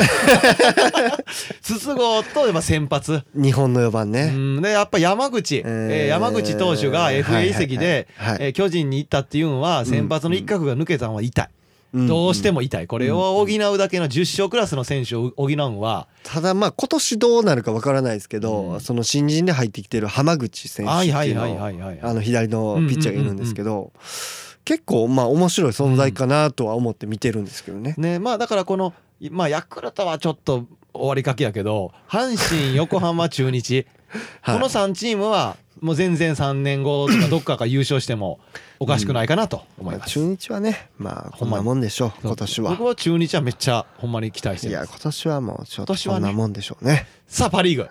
[SPEAKER 2] 筒香とやっぱ先発
[SPEAKER 1] 日本の4番
[SPEAKER 2] う
[SPEAKER 1] ね、
[SPEAKER 2] んでやっぱ山口え
[SPEAKER 1] えー
[SPEAKER 2] ー山口投手が
[SPEAKER 1] はいはいは
[SPEAKER 2] FA
[SPEAKER 1] い
[SPEAKER 2] 移籍で
[SPEAKER 1] はい
[SPEAKER 2] えー巨人に行ったっていうのは先発の一角が抜けたのは痛い
[SPEAKER 1] ん
[SPEAKER 2] どうして
[SPEAKER 1] ん
[SPEAKER 2] も痛いこれを補うだけの10勝クラスの選手を補うのは
[SPEAKER 1] ただまあ今年どうなるかわからないですけど、
[SPEAKER 2] うん
[SPEAKER 1] その新人で入ってきてる浜口選手っ
[SPEAKER 2] は
[SPEAKER 1] て
[SPEAKER 2] いはいいう
[SPEAKER 1] の
[SPEAKER 2] はいはいはい
[SPEAKER 1] あの左のピッチャーがいるんですけど、結構まあ面白い存在かなとは思って見てるんですけどね、
[SPEAKER 2] ねまあだからこの、いまあ、ヤクルトはちょっと終わりかけやけど阪神横浜中日、
[SPEAKER 1] はい
[SPEAKER 2] この3チームはもう全然3年 後とかどっかが優勝してもおかしくないかなと思い
[SPEAKER 1] ま
[SPEAKER 2] ま
[SPEAKER 1] あ
[SPEAKER 2] す、
[SPEAKER 1] 中日はねまあ
[SPEAKER 2] ほ
[SPEAKER 1] こ
[SPEAKER 2] ん
[SPEAKER 1] ん
[SPEAKER 2] まに
[SPEAKER 1] なもんでしょう今年は
[SPEAKER 2] 僕は中日はめっちゃほんまに期待して
[SPEAKER 1] い
[SPEAKER 2] る
[SPEAKER 1] や今年はもうちょっ
[SPEAKER 2] 今
[SPEAKER 1] と
[SPEAKER 2] 年
[SPEAKER 1] こ
[SPEAKER 2] は
[SPEAKER 1] ん
[SPEAKER 2] ね
[SPEAKER 1] なもんでしょうね
[SPEAKER 2] さあパ・リーグ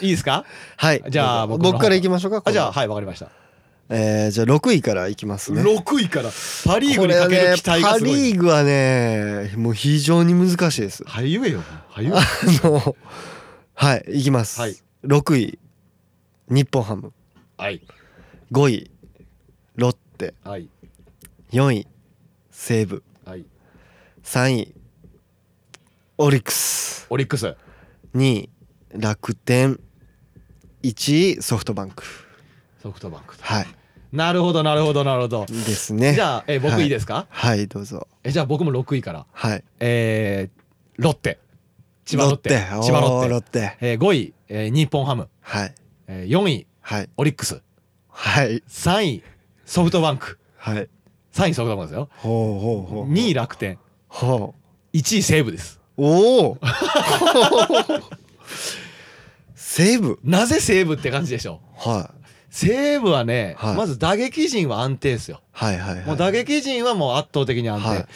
[SPEAKER 2] いいです か
[SPEAKER 1] はい
[SPEAKER 2] じゃあ
[SPEAKER 1] どうぞ
[SPEAKER 2] 僕の方
[SPEAKER 1] 僕からいきましょうか
[SPEAKER 2] あじゃあ
[SPEAKER 1] 今度
[SPEAKER 2] はいわかりました、
[SPEAKER 1] えーじゃあ6位からいきますね
[SPEAKER 2] 6位からパ・リー
[SPEAKER 1] こ
[SPEAKER 2] グに
[SPEAKER 1] れは
[SPEAKER 2] かけ
[SPEAKER 1] ね
[SPEAKER 2] る期待がすご
[SPEAKER 1] パ・リ
[SPEAKER 2] い
[SPEAKER 1] ーグはねもう非常に難しいですあ
[SPEAKER 2] はゆえよはゆえ
[SPEAKER 1] のはいいきます、
[SPEAKER 2] はい
[SPEAKER 1] 6位日本ハム
[SPEAKER 2] はい
[SPEAKER 1] 5位ロッテ
[SPEAKER 2] はい
[SPEAKER 1] 4位西武
[SPEAKER 2] はい
[SPEAKER 1] 3位オリックス
[SPEAKER 2] オリックス
[SPEAKER 1] 2位楽天1位ソフトバンク
[SPEAKER 2] ソフトバンクと
[SPEAKER 1] はい
[SPEAKER 2] なるほどなるほどなるほど
[SPEAKER 1] ですね
[SPEAKER 2] じゃあ、えー僕いいですすか、
[SPEAKER 1] はい、はいどうぞ
[SPEAKER 2] えじゃあ僕も6位から
[SPEAKER 1] はい
[SPEAKER 2] えー、ロッテ千葉ロッテ千葉ロ
[SPEAKER 1] おー
[SPEAKER 2] ッテ
[SPEAKER 1] ロッテ
[SPEAKER 2] えー、5位、えー、日本ハム、
[SPEAKER 1] はい
[SPEAKER 2] えー、4位
[SPEAKER 1] はい
[SPEAKER 2] オリックス
[SPEAKER 1] はい
[SPEAKER 2] 3位ソフトバンク
[SPEAKER 1] はい
[SPEAKER 2] 3位ソフトバンクですよ
[SPEAKER 1] ほうほうほう
[SPEAKER 2] 2位楽天
[SPEAKER 1] ほう
[SPEAKER 2] 1位西武です
[SPEAKER 1] おお 西武
[SPEAKER 2] なぜ西武って感じでしょう
[SPEAKER 1] はい
[SPEAKER 2] 西武はね、
[SPEAKER 1] はい
[SPEAKER 2] まず打撃陣は安定ですよ
[SPEAKER 1] はいはいはい
[SPEAKER 2] もう打撃陣はもう圧倒的に安定、
[SPEAKER 1] はい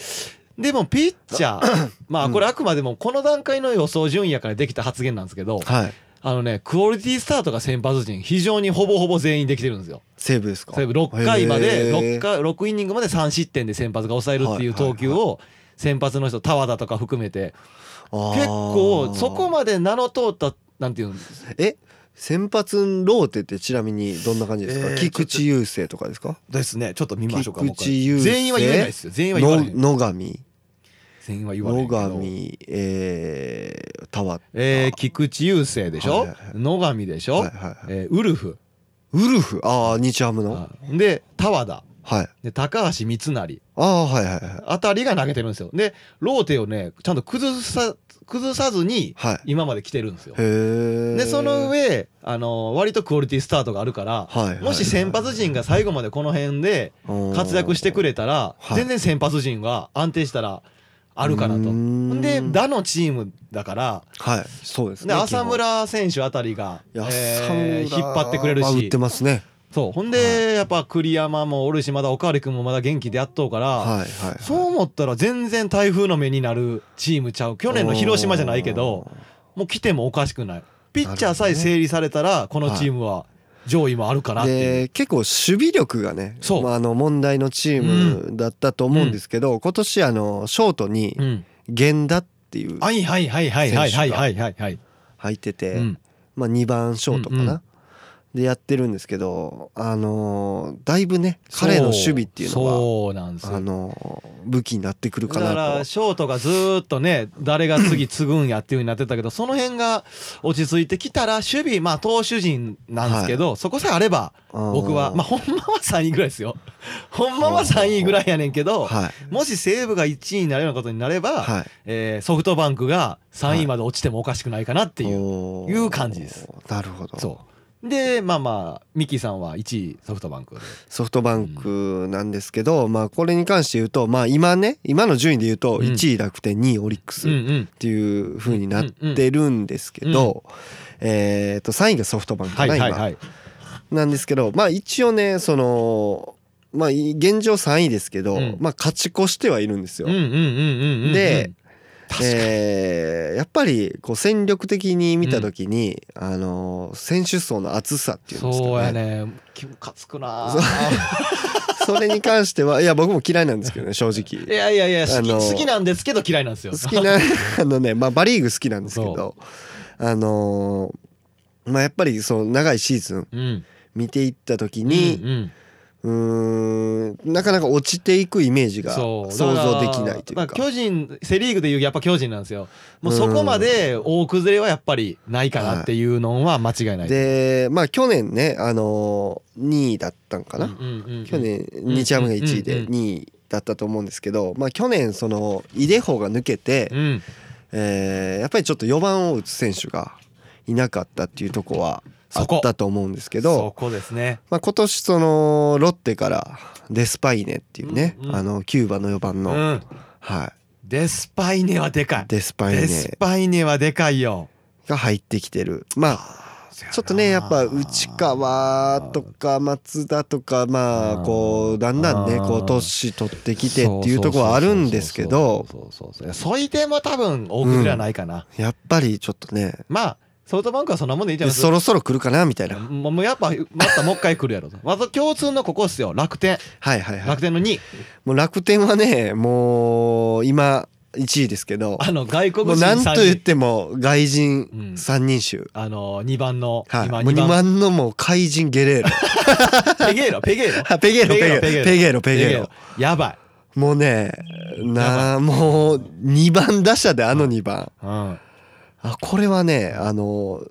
[SPEAKER 2] でもピッチャーまあこれあくまでもこの段階の予想順位やからできた発言なんですけど
[SPEAKER 1] はい。
[SPEAKER 2] あのねクオリティスタートが先発陣非常にほぼほぼ全員できてるんですよ
[SPEAKER 1] セーブですか。
[SPEAKER 2] 西武6回まで
[SPEAKER 1] へー
[SPEAKER 2] 6回6イニングまで3失点で先発が抑えるっていう投球
[SPEAKER 1] はい
[SPEAKER 2] を先発の人田和田とか含めて
[SPEAKER 1] あー
[SPEAKER 2] 結構そこまで名の通ったなんていうの
[SPEAKER 1] え先発ローテってちなみにどんな感じですか、
[SPEAKER 2] えー
[SPEAKER 1] 菊池雄星とかですか
[SPEAKER 2] ですねちょっと見ましょうか
[SPEAKER 1] 菊池雄星
[SPEAKER 2] 全員は言えないですよ全員は言わ
[SPEAKER 1] の
[SPEAKER 2] ない
[SPEAKER 1] 野上
[SPEAKER 2] 全員は言わない
[SPEAKER 1] 野
[SPEAKER 2] けど
[SPEAKER 1] 上えー、田和
[SPEAKER 2] えー菊池雄星でし
[SPEAKER 1] はい
[SPEAKER 2] ょ
[SPEAKER 1] はいはい
[SPEAKER 2] 野上でし
[SPEAKER 1] はい
[SPEAKER 2] ょ
[SPEAKER 1] はいはい
[SPEAKER 2] えーウルフ
[SPEAKER 1] ウルフああ日ハムの
[SPEAKER 2] で田和田
[SPEAKER 1] はい
[SPEAKER 2] で高橋光成
[SPEAKER 1] ああはいはいはい
[SPEAKER 2] あたりが投げてるんですよでローテをねちゃんと崩さ崩さずに
[SPEAKER 1] はい
[SPEAKER 2] 今まで来てるんですよ
[SPEAKER 1] へえ
[SPEAKER 2] でその上あの割とクオリティスタートがあるから
[SPEAKER 1] はいはいはい
[SPEAKER 2] もし先発陣が最後までこの辺で活躍してく
[SPEAKER 1] れ
[SPEAKER 2] れたら
[SPEAKER 1] はい
[SPEAKER 2] 全然先発陣が安定したらあるかなと。で打のチームだから
[SPEAKER 1] はいそうです
[SPEAKER 2] で
[SPEAKER 1] ね
[SPEAKER 2] 浅村選手あたりが、
[SPEAKER 1] 基本いや
[SPEAKER 2] えー
[SPEAKER 1] 浅村
[SPEAKER 2] 引っ張ってくれる
[SPEAKER 1] は打っ
[SPEAKER 2] して
[SPEAKER 1] ますね
[SPEAKER 2] そうほん
[SPEAKER 1] は
[SPEAKER 2] でやっぱ栗山もおるしまだおかわり君もまだ元気でやっとうから、
[SPEAKER 1] はいはいはい
[SPEAKER 2] そう思ったら全然台風の目になるチームちゃう去年の広島じゃないけどもう来てもおかしくないピッチャーさえ整理されたらこのチームは上位もあるかなっていう。
[SPEAKER 1] で結構守備力がね
[SPEAKER 2] そう
[SPEAKER 1] まあ、あの問題のチームだったと思うんですけど、今年あのショートに
[SPEAKER 2] うん、
[SPEAKER 1] 源田っていう
[SPEAKER 2] はいはいはいはいはいはいはいはいはい、
[SPEAKER 1] 入ってて、
[SPEAKER 2] うん、
[SPEAKER 1] まあ、2番ショートかな、
[SPEAKER 2] うんうん
[SPEAKER 1] でやってるんですけど、あのーだいぶね彼の守備っていうのは
[SPEAKER 2] そうなんですよ
[SPEAKER 1] あのー武器になってくるか
[SPEAKER 2] だか
[SPEAKER 1] な
[SPEAKER 2] ら
[SPEAKER 1] と。
[SPEAKER 2] ショートがずーっとね誰が次継ぐんやっていう風になってたけどその辺が落ち着いてきたら守備まあ投手陣なんですけど、そこさえあれば僕はまあほんまは3位ぐらいですよほんまは3位ぐらいやねんけ
[SPEAKER 1] あ
[SPEAKER 2] ど
[SPEAKER 1] ーはい
[SPEAKER 2] もし西武が1位になるようなことになれば、
[SPEAKER 1] はいっ
[SPEAKER 2] えーソフトバンクが3位まで落ちてもおかしくないかなっていう、
[SPEAKER 1] う
[SPEAKER 2] いう感じです。
[SPEAKER 1] なるほど
[SPEAKER 2] そうでまあまあミキさんは1位ソフトバンクで
[SPEAKER 1] ソフトバンクなんですけど、まあこれに関して言うと、まあ今ね今の順位で言うと
[SPEAKER 2] うん
[SPEAKER 1] 1位楽天2位オリックス
[SPEAKER 2] うん
[SPEAKER 1] っ
[SPEAKER 2] うん
[SPEAKER 1] ていう風になってるんですけど、えっと3位がソフトバンク
[SPEAKER 2] は
[SPEAKER 1] か
[SPEAKER 2] い
[SPEAKER 1] な
[SPEAKER 2] はい
[SPEAKER 1] 今
[SPEAKER 2] はい
[SPEAKER 1] なんですけどまあ一応ねそのまあい現状3位ですけど、
[SPEAKER 2] うん
[SPEAKER 1] まあ勝ち越してはいるんですよ。
[SPEAKER 2] うんうんうんうんうん
[SPEAKER 1] で
[SPEAKER 2] 確かに、
[SPEAKER 1] えーやっぱりこう戦力的に見た時に、あのー選手層の厚さっていうんですか
[SPEAKER 2] そうや
[SPEAKER 1] ね
[SPEAKER 2] ね気ムカつくな
[SPEAKER 1] そ
[SPEAKER 2] あ
[SPEAKER 1] それに関してはいや僕も嫌いなんですけど ね正
[SPEAKER 2] い
[SPEAKER 1] 直
[SPEAKER 2] やいやいや好き
[SPEAKER 1] あの
[SPEAKER 2] 好きなんですけど嫌いなんですよ
[SPEAKER 1] 好きな あのね、まあ、バリーグ好きなんですけどあのーまあやっぱりその長いシーズン
[SPEAKER 2] うん
[SPEAKER 1] 見ていった時
[SPEAKER 2] う
[SPEAKER 1] に
[SPEAKER 2] んうん
[SPEAKER 1] うーんなかなか落ちていくイメージが
[SPEAKER 2] そ
[SPEAKER 1] 想
[SPEAKER 2] うだから
[SPEAKER 1] 像できないという
[SPEAKER 2] まあ、
[SPEAKER 1] か。
[SPEAKER 2] 巨人セ・リーグでいうやっぱ巨人なんですよもうそこまで大崩れはやっぱりないかなっていうのは間違いない
[SPEAKER 1] でまあ去年ねあのー2位だったんか
[SPEAKER 2] うん
[SPEAKER 1] な、
[SPEAKER 2] うんうんうん
[SPEAKER 1] 去年日ハムが1位
[SPEAKER 2] うん
[SPEAKER 1] で
[SPEAKER 2] うんうん
[SPEAKER 1] 2位だったと思うんですけど、まあ、去年そのイデホが抜けて、
[SPEAKER 2] うん
[SPEAKER 1] えーやっぱりちょっと4番を打つ選手がいなかったっていうとこはあ
[SPEAKER 2] そ
[SPEAKER 1] っ
[SPEAKER 2] こ
[SPEAKER 1] たと思うんですけ
[SPEAKER 2] そ
[SPEAKER 1] ど、
[SPEAKER 2] こですね
[SPEAKER 1] まあ、今年そのロッテからデスパイネっていうね、
[SPEAKER 2] うんうん
[SPEAKER 1] あのキューバの4番
[SPEAKER 2] う
[SPEAKER 1] の、
[SPEAKER 2] ん
[SPEAKER 1] は
[SPEAKER 2] デスパイネはでか
[SPEAKER 1] い、
[SPEAKER 2] い
[SPEAKER 1] デスパイ
[SPEAKER 2] デス
[SPEAKER 1] ネ
[SPEAKER 2] パイネはでかいよ
[SPEAKER 1] が入ってきてるまあちょっとねやっぱ内川とか松田とかまあこうだんだんね
[SPEAKER 2] あー
[SPEAKER 1] こう年取ってきてっていうところはあるんですけど
[SPEAKER 2] そうそうそうそうそうそういやそいでも多分大崩れはないかな、
[SPEAKER 1] やっぱりちょっとね
[SPEAKER 2] まあソフトバンクはそんなもんでいいんじゃないです
[SPEAKER 1] そ
[SPEAKER 2] か
[SPEAKER 1] ろそろ来るかなみたいなはい
[SPEAKER 2] もうやっぱまたもう一回来るやろと まず共通のここっすよ楽天
[SPEAKER 1] はいはい
[SPEAKER 2] 楽天の2
[SPEAKER 1] もう楽天はねもう今1位ですけど
[SPEAKER 2] あの
[SPEAKER 1] も
[SPEAKER 2] 外国
[SPEAKER 1] う
[SPEAKER 2] 人
[SPEAKER 1] なん
[SPEAKER 2] 3
[SPEAKER 1] と言っ
[SPEAKER 2] 人
[SPEAKER 1] ても外人
[SPEAKER 2] うん
[SPEAKER 1] 3人衆
[SPEAKER 2] あの2番の
[SPEAKER 1] はいもう
[SPEAKER 2] 今
[SPEAKER 1] 2
[SPEAKER 2] 2番
[SPEAKER 1] 万のもう怪人ゲ レーロ
[SPEAKER 2] ペゲーロペゲーロ
[SPEAKER 1] あ ペゲーロペゲーロペ
[SPEAKER 2] ペゲーロ
[SPEAKER 1] ゲーロペゲーロ
[SPEAKER 2] やばい、
[SPEAKER 1] もうねなもう2番打者であの2番
[SPEAKER 2] うん、
[SPEAKER 1] あこれはねあの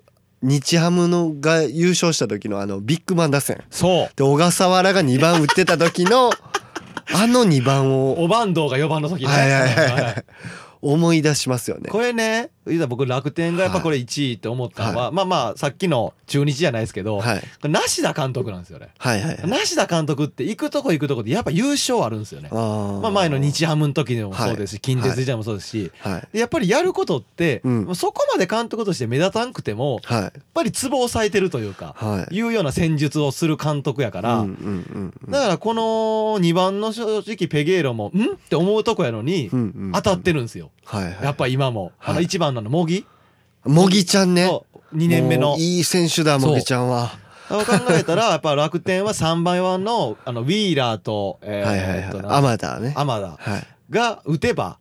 [SPEAKER 1] 日ハムのが優勝した時のあのビッグマン打線
[SPEAKER 2] そう
[SPEAKER 1] で小笠原が2番打ってた時の あの2番を
[SPEAKER 2] おバンドが4番の時ね
[SPEAKER 1] はいはいはいはい思い出しますよね
[SPEAKER 2] これね言うたら僕楽天がやっぱこれ1位って思ったのは、まあまあさっきの中日じゃないですけど、
[SPEAKER 1] はい
[SPEAKER 2] これ梨田監督なんですよね
[SPEAKER 1] はいはいはい
[SPEAKER 2] 梨田監督って行くとこ行くとこでやっぱ優勝あるんですよね
[SPEAKER 1] あー
[SPEAKER 2] まあ、前の日ハムの時でもそうですし、近鉄時代もそうですし、
[SPEAKER 1] はい
[SPEAKER 2] でやっぱりやることって、
[SPEAKER 1] うん
[SPEAKER 2] そこまで監督として目立たんくてもやっ
[SPEAKER 1] はい
[SPEAKER 2] ぱりツボを押さえてるというか、
[SPEAKER 1] はい
[SPEAKER 2] いうような戦術をする監督やから、
[SPEAKER 1] うんうんうんうん
[SPEAKER 2] だからこの2番の正直ペゲーロも「ん?」って思うとこやのに、
[SPEAKER 1] うんうんうん
[SPEAKER 2] 当たってるんですよ、
[SPEAKER 1] はいはい
[SPEAKER 2] やっぱ今も、あの
[SPEAKER 1] はい
[SPEAKER 2] 1番なの茂木
[SPEAKER 1] 茂木ちゃんね
[SPEAKER 2] と2年目
[SPEAKER 1] も
[SPEAKER 2] の
[SPEAKER 1] う。いい選手だ
[SPEAKER 2] そう
[SPEAKER 1] 茂木ちゃんは
[SPEAKER 2] そう考えたら やっぱ楽天は3番4のあのウィーラーと,、えー
[SPEAKER 1] はいはい
[SPEAKER 2] えっと
[SPEAKER 1] はい
[SPEAKER 2] な
[SPEAKER 1] アマダね
[SPEAKER 2] 天田
[SPEAKER 1] はい
[SPEAKER 2] が打てば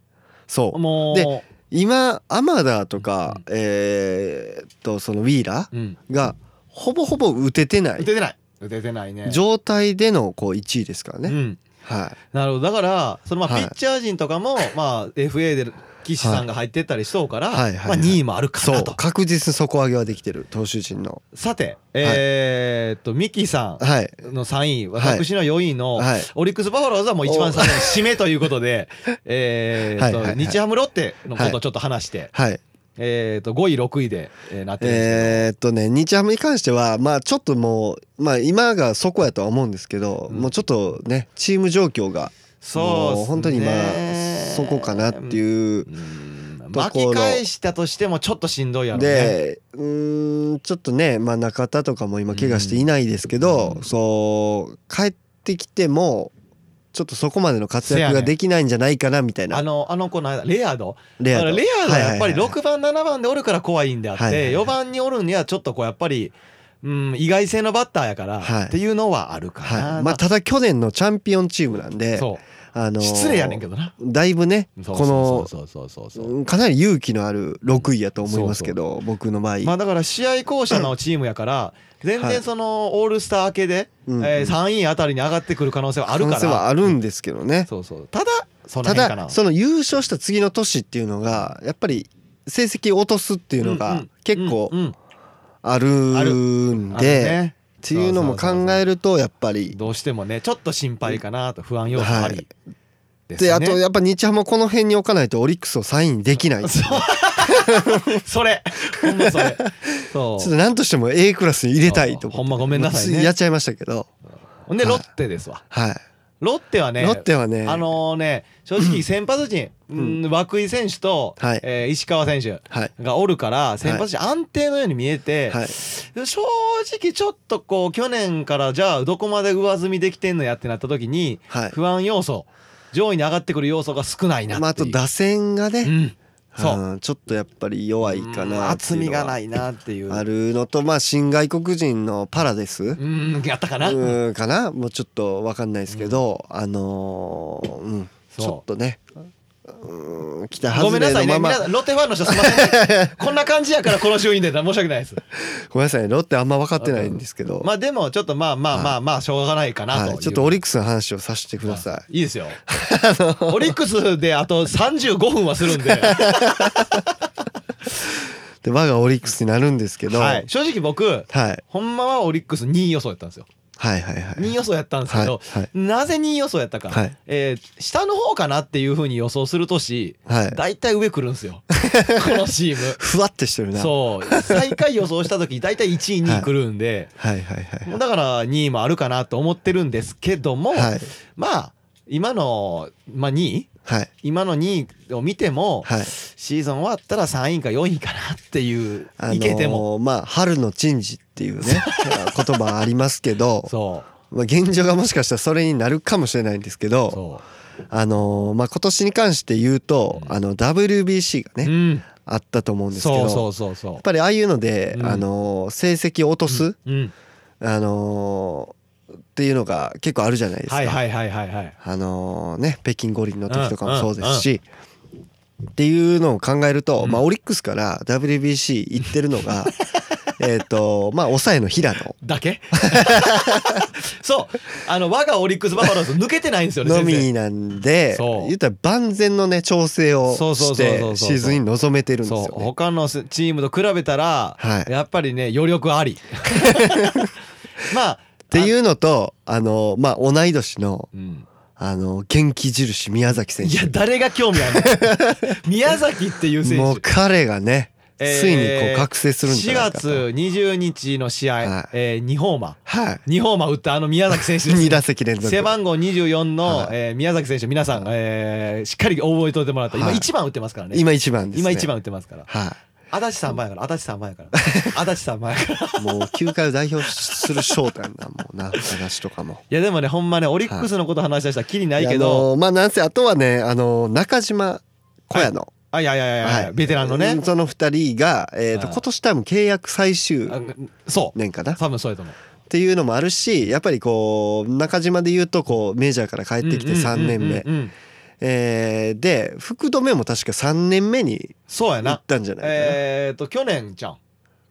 [SPEAKER 1] そう
[SPEAKER 2] もう。
[SPEAKER 1] で今アマダとかえーっとそのウィーラ
[SPEAKER 2] うん
[SPEAKER 1] ーがほぼほぼ打ててな
[SPEAKER 2] 打
[SPEAKER 1] い
[SPEAKER 2] ててない打ててないね
[SPEAKER 1] 状態でのこう1位ですから
[SPEAKER 2] う
[SPEAKER 1] ね
[SPEAKER 2] ん、
[SPEAKER 1] は
[SPEAKER 2] なるほどだからそのまあ
[SPEAKER 1] は
[SPEAKER 2] ピ
[SPEAKER 1] い
[SPEAKER 2] ッチャー陣とかも、まあ FA で岸さんが入ってったりしそうから、
[SPEAKER 1] はいはいはい
[SPEAKER 2] まあ、2位もある
[SPEAKER 1] い
[SPEAKER 2] か
[SPEAKER 1] そ
[SPEAKER 2] な
[SPEAKER 1] う
[SPEAKER 2] と
[SPEAKER 1] 確実に底上げはできてる投手陣の
[SPEAKER 2] さて、えーっとミキさ
[SPEAKER 1] はい
[SPEAKER 2] んの3位
[SPEAKER 1] はい
[SPEAKER 2] 私の4位の、
[SPEAKER 1] はい
[SPEAKER 2] オリックス・バファローズはもう一番最後の締めというこ とでえーっと、
[SPEAKER 1] はいはいはい
[SPEAKER 2] 日ハムロッテのことをちょっと話して、
[SPEAKER 1] はい
[SPEAKER 2] えーっと5位6位で、えーなってるんですけど、
[SPEAKER 1] えーっとね日ハムに関してはまあちょっともうまあ今がそこやとは思うんですけど、
[SPEAKER 2] うん
[SPEAKER 1] もうちょっとねチーム状況が
[SPEAKER 2] そうっすね
[SPEAKER 1] もう本当に今そこかなっていう
[SPEAKER 2] うん
[SPEAKER 1] ところ
[SPEAKER 2] 巻き返したとしてもちょっとしんどいやろうね
[SPEAKER 1] でうーんちょっとね、まあ、中田とかも今怪我していないですけど、
[SPEAKER 2] うん
[SPEAKER 1] そう帰ってきてもちょっとそこまでの活
[SPEAKER 2] せや
[SPEAKER 1] 躍
[SPEAKER 2] ね
[SPEAKER 1] ができないんじゃないかなみたい
[SPEAKER 2] あ
[SPEAKER 1] な
[SPEAKER 2] のあの子の間レアード
[SPEAKER 1] レ
[SPEAKER 2] だ
[SPEAKER 1] ア
[SPEAKER 2] か
[SPEAKER 1] と
[SPEAKER 2] らレアードはやっぱり
[SPEAKER 1] はいはいはい
[SPEAKER 2] 6番7番でおるから怖いんであっ
[SPEAKER 1] はいはいは
[SPEAKER 2] て
[SPEAKER 1] い
[SPEAKER 2] 4番におるにはちょっとこうやっぱり、うん、意外性のバッターやから
[SPEAKER 1] はい
[SPEAKER 2] っていうのはあるかな、
[SPEAKER 1] はいまあ、ただ去年のチャンピオンチームなんで、
[SPEAKER 2] そ
[SPEAKER 1] あの
[SPEAKER 2] う
[SPEAKER 1] ー
[SPEAKER 2] 失礼やねんけどな
[SPEAKER 1] だいぶね
[SPEAKER 2] そう
[SPEAKER 1] この
[SPEAKER 2] そうそうそうそうそう
[SPEAKER 1] うんかなり勇気のある6位やと思いますけど、僕の場合、
[SPEAKER 2] まあだから試合巧者のチームやから全
[SPEAKER 1] はい
[SPEAKER 2] 然そのオールスター明けで、
[SPEAKER 1] うん
[SPEAKER 2] えー、3位あたりに上がってくる可能性はあるか
[SPEAKER 1] 可能性は
[SPEAKER 2] ら
[SPEAKER 1] あるんですけどね、
[SPEAKER 2] そうそうただその
[SPEAKER 1] た
[SPEAKER 2] 辺かな
[SPEAKER 1] だその優勝した次の年っていうのがやっぱり成績を落とすっていうの
[SPEAKER 2] うん
[SPEAKER 1] が
[SPEAKER 2] うん
[SPEAKER 1] 結構
[SPEAKER 2] うんうん
[SPEAKER 1] あるん
[SPEAKER 2] ある
[SPEAKER 1] で
[SPEAKER 2] ね
[SPEAKER 1] っていうのも考えるとやっぱり
[SPEAKER 2] どうしてもねちょっと心配かなと不安要素ありですね、
[SPEAKER 1] であとやっぱ日ハムはこの辺に置かないとオリックスをサインできないち
[SPEAKER 2] そうそれほんまそ れそ
[SPEAKER 1] ょっと
[SPEAKER 2] う
[SPEAKER 1] 何としても A クラスに入れたいと思って
[SPEAKER 2] ほんまごめんなさいね
[SPEAKER 1] もうつやっちゃいましたけど
[SPEAKER 2] ほんで
[SPEAKER 1] はい
[SPEAKER 2] ロッテですわ
[SPEAKER 1] はい
[SPEAKER 2] ロッテはね
[SPEAKER 1] ロッテはね
[SPEAKER 2] あのね正直先発陣、うん、涌井選手と、
[SPEAKER 1] はい
[SPEAKER 2] えー石川選手
[SPEAKER 1] はい
[SPEAKER 2] がおるから先発陣安定のように見えて、
[SPEAKER 1] はい
[SPEAKER 2] 正直ちょっとこう去年からじゃあどこまで上積みできてんのやってなった時に
[SPEAKER 1] はい
[SPEAKER 2] 不安要素上位に上がってくる要素が少ないなっていう、
[SPEAKER 1] まああと打線が
[SPEAKER 2] う
[SPEAKER 1] ね
[SPEAKER 2] んそう
[SPEAKER 1] うんちょっとやっぱり弱いか
[SPEAKER 2] うん
[SPEAKER 1] なって
[SPEAKER 2] 厚
[SPEAKER 1] いう
[SPEAKER 2] み
[SPEAKER 1] のは
[SPEAKER 2] がないなっていう
[SPEAKER 1] あるのとまあ新外国人のパラデス
[SPEAKER 2] うんやったかな、
[SPEAKER 1] うんかなもうちょっとわかんないですけど、あのーうん
[SPEAKER 2] そう
[SPEAKER 1] ちょっとねうん来たは
[SPEAKER 2] ご
[SPEAKER 1] ず
[SPEAKER 2] めんな
[SPEAKER 1] れ
[SPEAKER 2] さ
[SPEAKER 1] の
[SPEAKER 2] いね、
[SPEAKER 1] まま
[SPEAKER 2] 皆さんロッテファンの人すみません、ね、こんな感じやからこの順位で申し訳ないです
[SPEAKER 1] ごめんなさいねロッテあんま分かってないんですけど、
[SPEAKER 2] まあでもちょっとまあまあまあまあしょうがないかなと、
[SPEAKER 1] はい、ちょっとオリックスの話をさせてくださ
[SPEAKER 2] いいですよオリックスであと35分はするんで、
[SPEAKER 1] いで我がオリックスになるんですけど、
[SPEAKER 2] は
[SPEAKER 1] はいい、
[SPEAKER 2] 正直僕
[SPEAKER 1] はい
[SPEAKER 2] ほんまはオリックス2位予想やったんですよ
[SPEAKER 1] はいはいはい
[SPEAKER 2] 2位予想やったんですけど、
[SPEAKER 1] はいはい
[SPEAKER 2] なぜ2位予想やったか、
[SPEAKER 1] はい
[SPEAKER 2] えー下の方かなっていうふうに予想する年
[SPEAKER 1] はい
[SPEAKER 2] 大体上来るんで すよこのチーム
[SPEAKER 1] ふわってしてるな
[SPEAKER 2] そう最下位予想した時大体1位2位来るんで、
[SPEAKER 1] はいはいはい
[SPEAKER 2] もうだから2位もあるかなと思ってるんですけども、
[SPEAKER 1] はい
[SPEAKER 2] まあ今の、まあ、2位
[SPEAKER 1] はい
[SPEAKER 2] 今の2位を見ても、
[SPEAKER 1] はい
[SPEAKER 2] シーズン終わったら3位か4位かなっていう、
[SPEAKER 1] あのー
[SPEAKER 2] いけても
[SPEAKER 1] まあ春の珍事っていうね言葉ありますけど、
[SPEAKER 2] そ
[SPEAKER 1] まあ、現状がもしかしたらそれになるかもしれないんですけど
[SPEAKER 2] うそ
[SPEAKER 1] あのーまあ、今年に関して言うと、
[SPEAKER 2] うん
[SPEAKER 1] あの WBC が
[SPEAKER 2] う、
[SPEAKER 1] ね、
[SPEAKER 2] うん、
[SPEAKER 1] あったと思うんですけど
[SPEAKER 2] そうそう
[SPEAKER 1] や
[SPEAKER 2] そうそ
[SPEAKER 1] っぱりああいうので、
[SPEAKER 2] うん
[SPEAKER 1] あのー成績を落と
[SPEAKER 2] う
[SPEAKER 1] す、
[SPEAKER 2] うん、
[SPEAKER 1] あのーっていうのが結構あるじゃないですか。
[SPEAKER 2] はいはいはいはいはい
[SPEAKER 1] あのーね、北京五輪の時とかもそうですし、っていうのを考えると、
[SPEAKER 2] うん
[SPEAKER 1] まあ、オリックスから WBC 行ってるの がえっとまあ抑えの平野
[SPEAKER 2] だけ そうあの我がオリックス・バファローズ抜けてないんですよね
[SPEAKER 1] の
[SPEAKER 2] 先生
[SPEAKER 1] みなんで
[SPEAKER 2] そう
[SPEAKER 1] 言ったら万全のね調整を
[SPEAKER 2] そうそう
[SPEAKER 1] し
[SPEAKER 2] そうそうそ
[SPEAKER 1] てシ
[SPEAKER 2] う
[SPEAKER 1] ーズンに臨めてるんです
[SPEAKER 2] そう
[SPEAKER 1] よ、ね。
[SPEAKER 2] 他のすチームと比べたら、
[SPEAKER 1] はい
[SPEAKER 2] やっぱりね余 力ありまあっ
[SPEAKER 1] っていうのとあのまあ同い年の
[SPEAKER 2] うん、
[SPEAKER 1] あの元気印宮崎選
[SPEAKER 2] いや
[SPEAKER 1] 手
[SPEAKER 2] 誰が興味ある の宮崎っていう選
[SPEAKER 1] もう
[SPEAKER 2] 手
[SPEAKER 1] 彼がね、
[SPEAKER 2] えー
[SPEAKER 1] ついにこう覚醒するんじ
[SPEAKER 2] 4
[SPEAKER 1] ゃないか
[SPEAKER 2] 月20日の試合、
[SPEAKER 1] はい
[SPEAKER 2] えー、2ホーマ
[SPEAKER 1] はい
[SPEAKER 2] ー2ホーマー打ったあの宮崎選手です
[SPEAKER 1] 2打席連続
[SPEAKER 2] 背番号24の、
[SPEAKER 1] はい
[SPEAKER 2] えー宮崎選手皆さん、えーしっかり覚えておいてもらった、
[SPEAKER 1] はい
[SPEAKER 2] 今1番打ってますからね
[SPEAKER 1] 今一番です、ね、
[SPEAKER 2] 今1番打ってますから
[SPEAKER 1] は
[SPEAKER 2] 足立さん前やから足立さん前 やから足立さん前やからい
[SPEAKER 1] いもう球界を代表する翔太やんなもう な話とかも
[SPEAKER 2] やでもねほんまねオリックスのこと話し出したらきりないけ
[SPEAKER 1] やあ
[SPEAKER 2] ど
[SPEAKER 1] のまあなんせあとはねあの中島小屋の、
[SPEAKER 2] あいやいやいやいや、
[SPEAKER 1] はい
[SPEAKER 2] ベテランのね
[SPEAKER 1] その二人が、えー、と
[SPEAKER 2] はい
[SPEAKER 1] 今年多分契約最終
[SPEAKER 2] あそう
[SPEAKER 1] 年かなっ
[SPEAKER 2] 多分そうやと思う
[SPEAKER 1] ていうのもあるしやっぱりこう中島で言うとこうメジャーから帰ってきて3年目
[SPEAKER 2] うんうんうんうん
[SPEAKER 1] えーで福留も確か3年目に
[SPEAKER 2] そうや
[SPEAKER 1] 行っ
[SPEAKER 2] な
[SPEAKER 1] たんじゃないかな、
[SPEAKER 2] えっ、と去年じゃん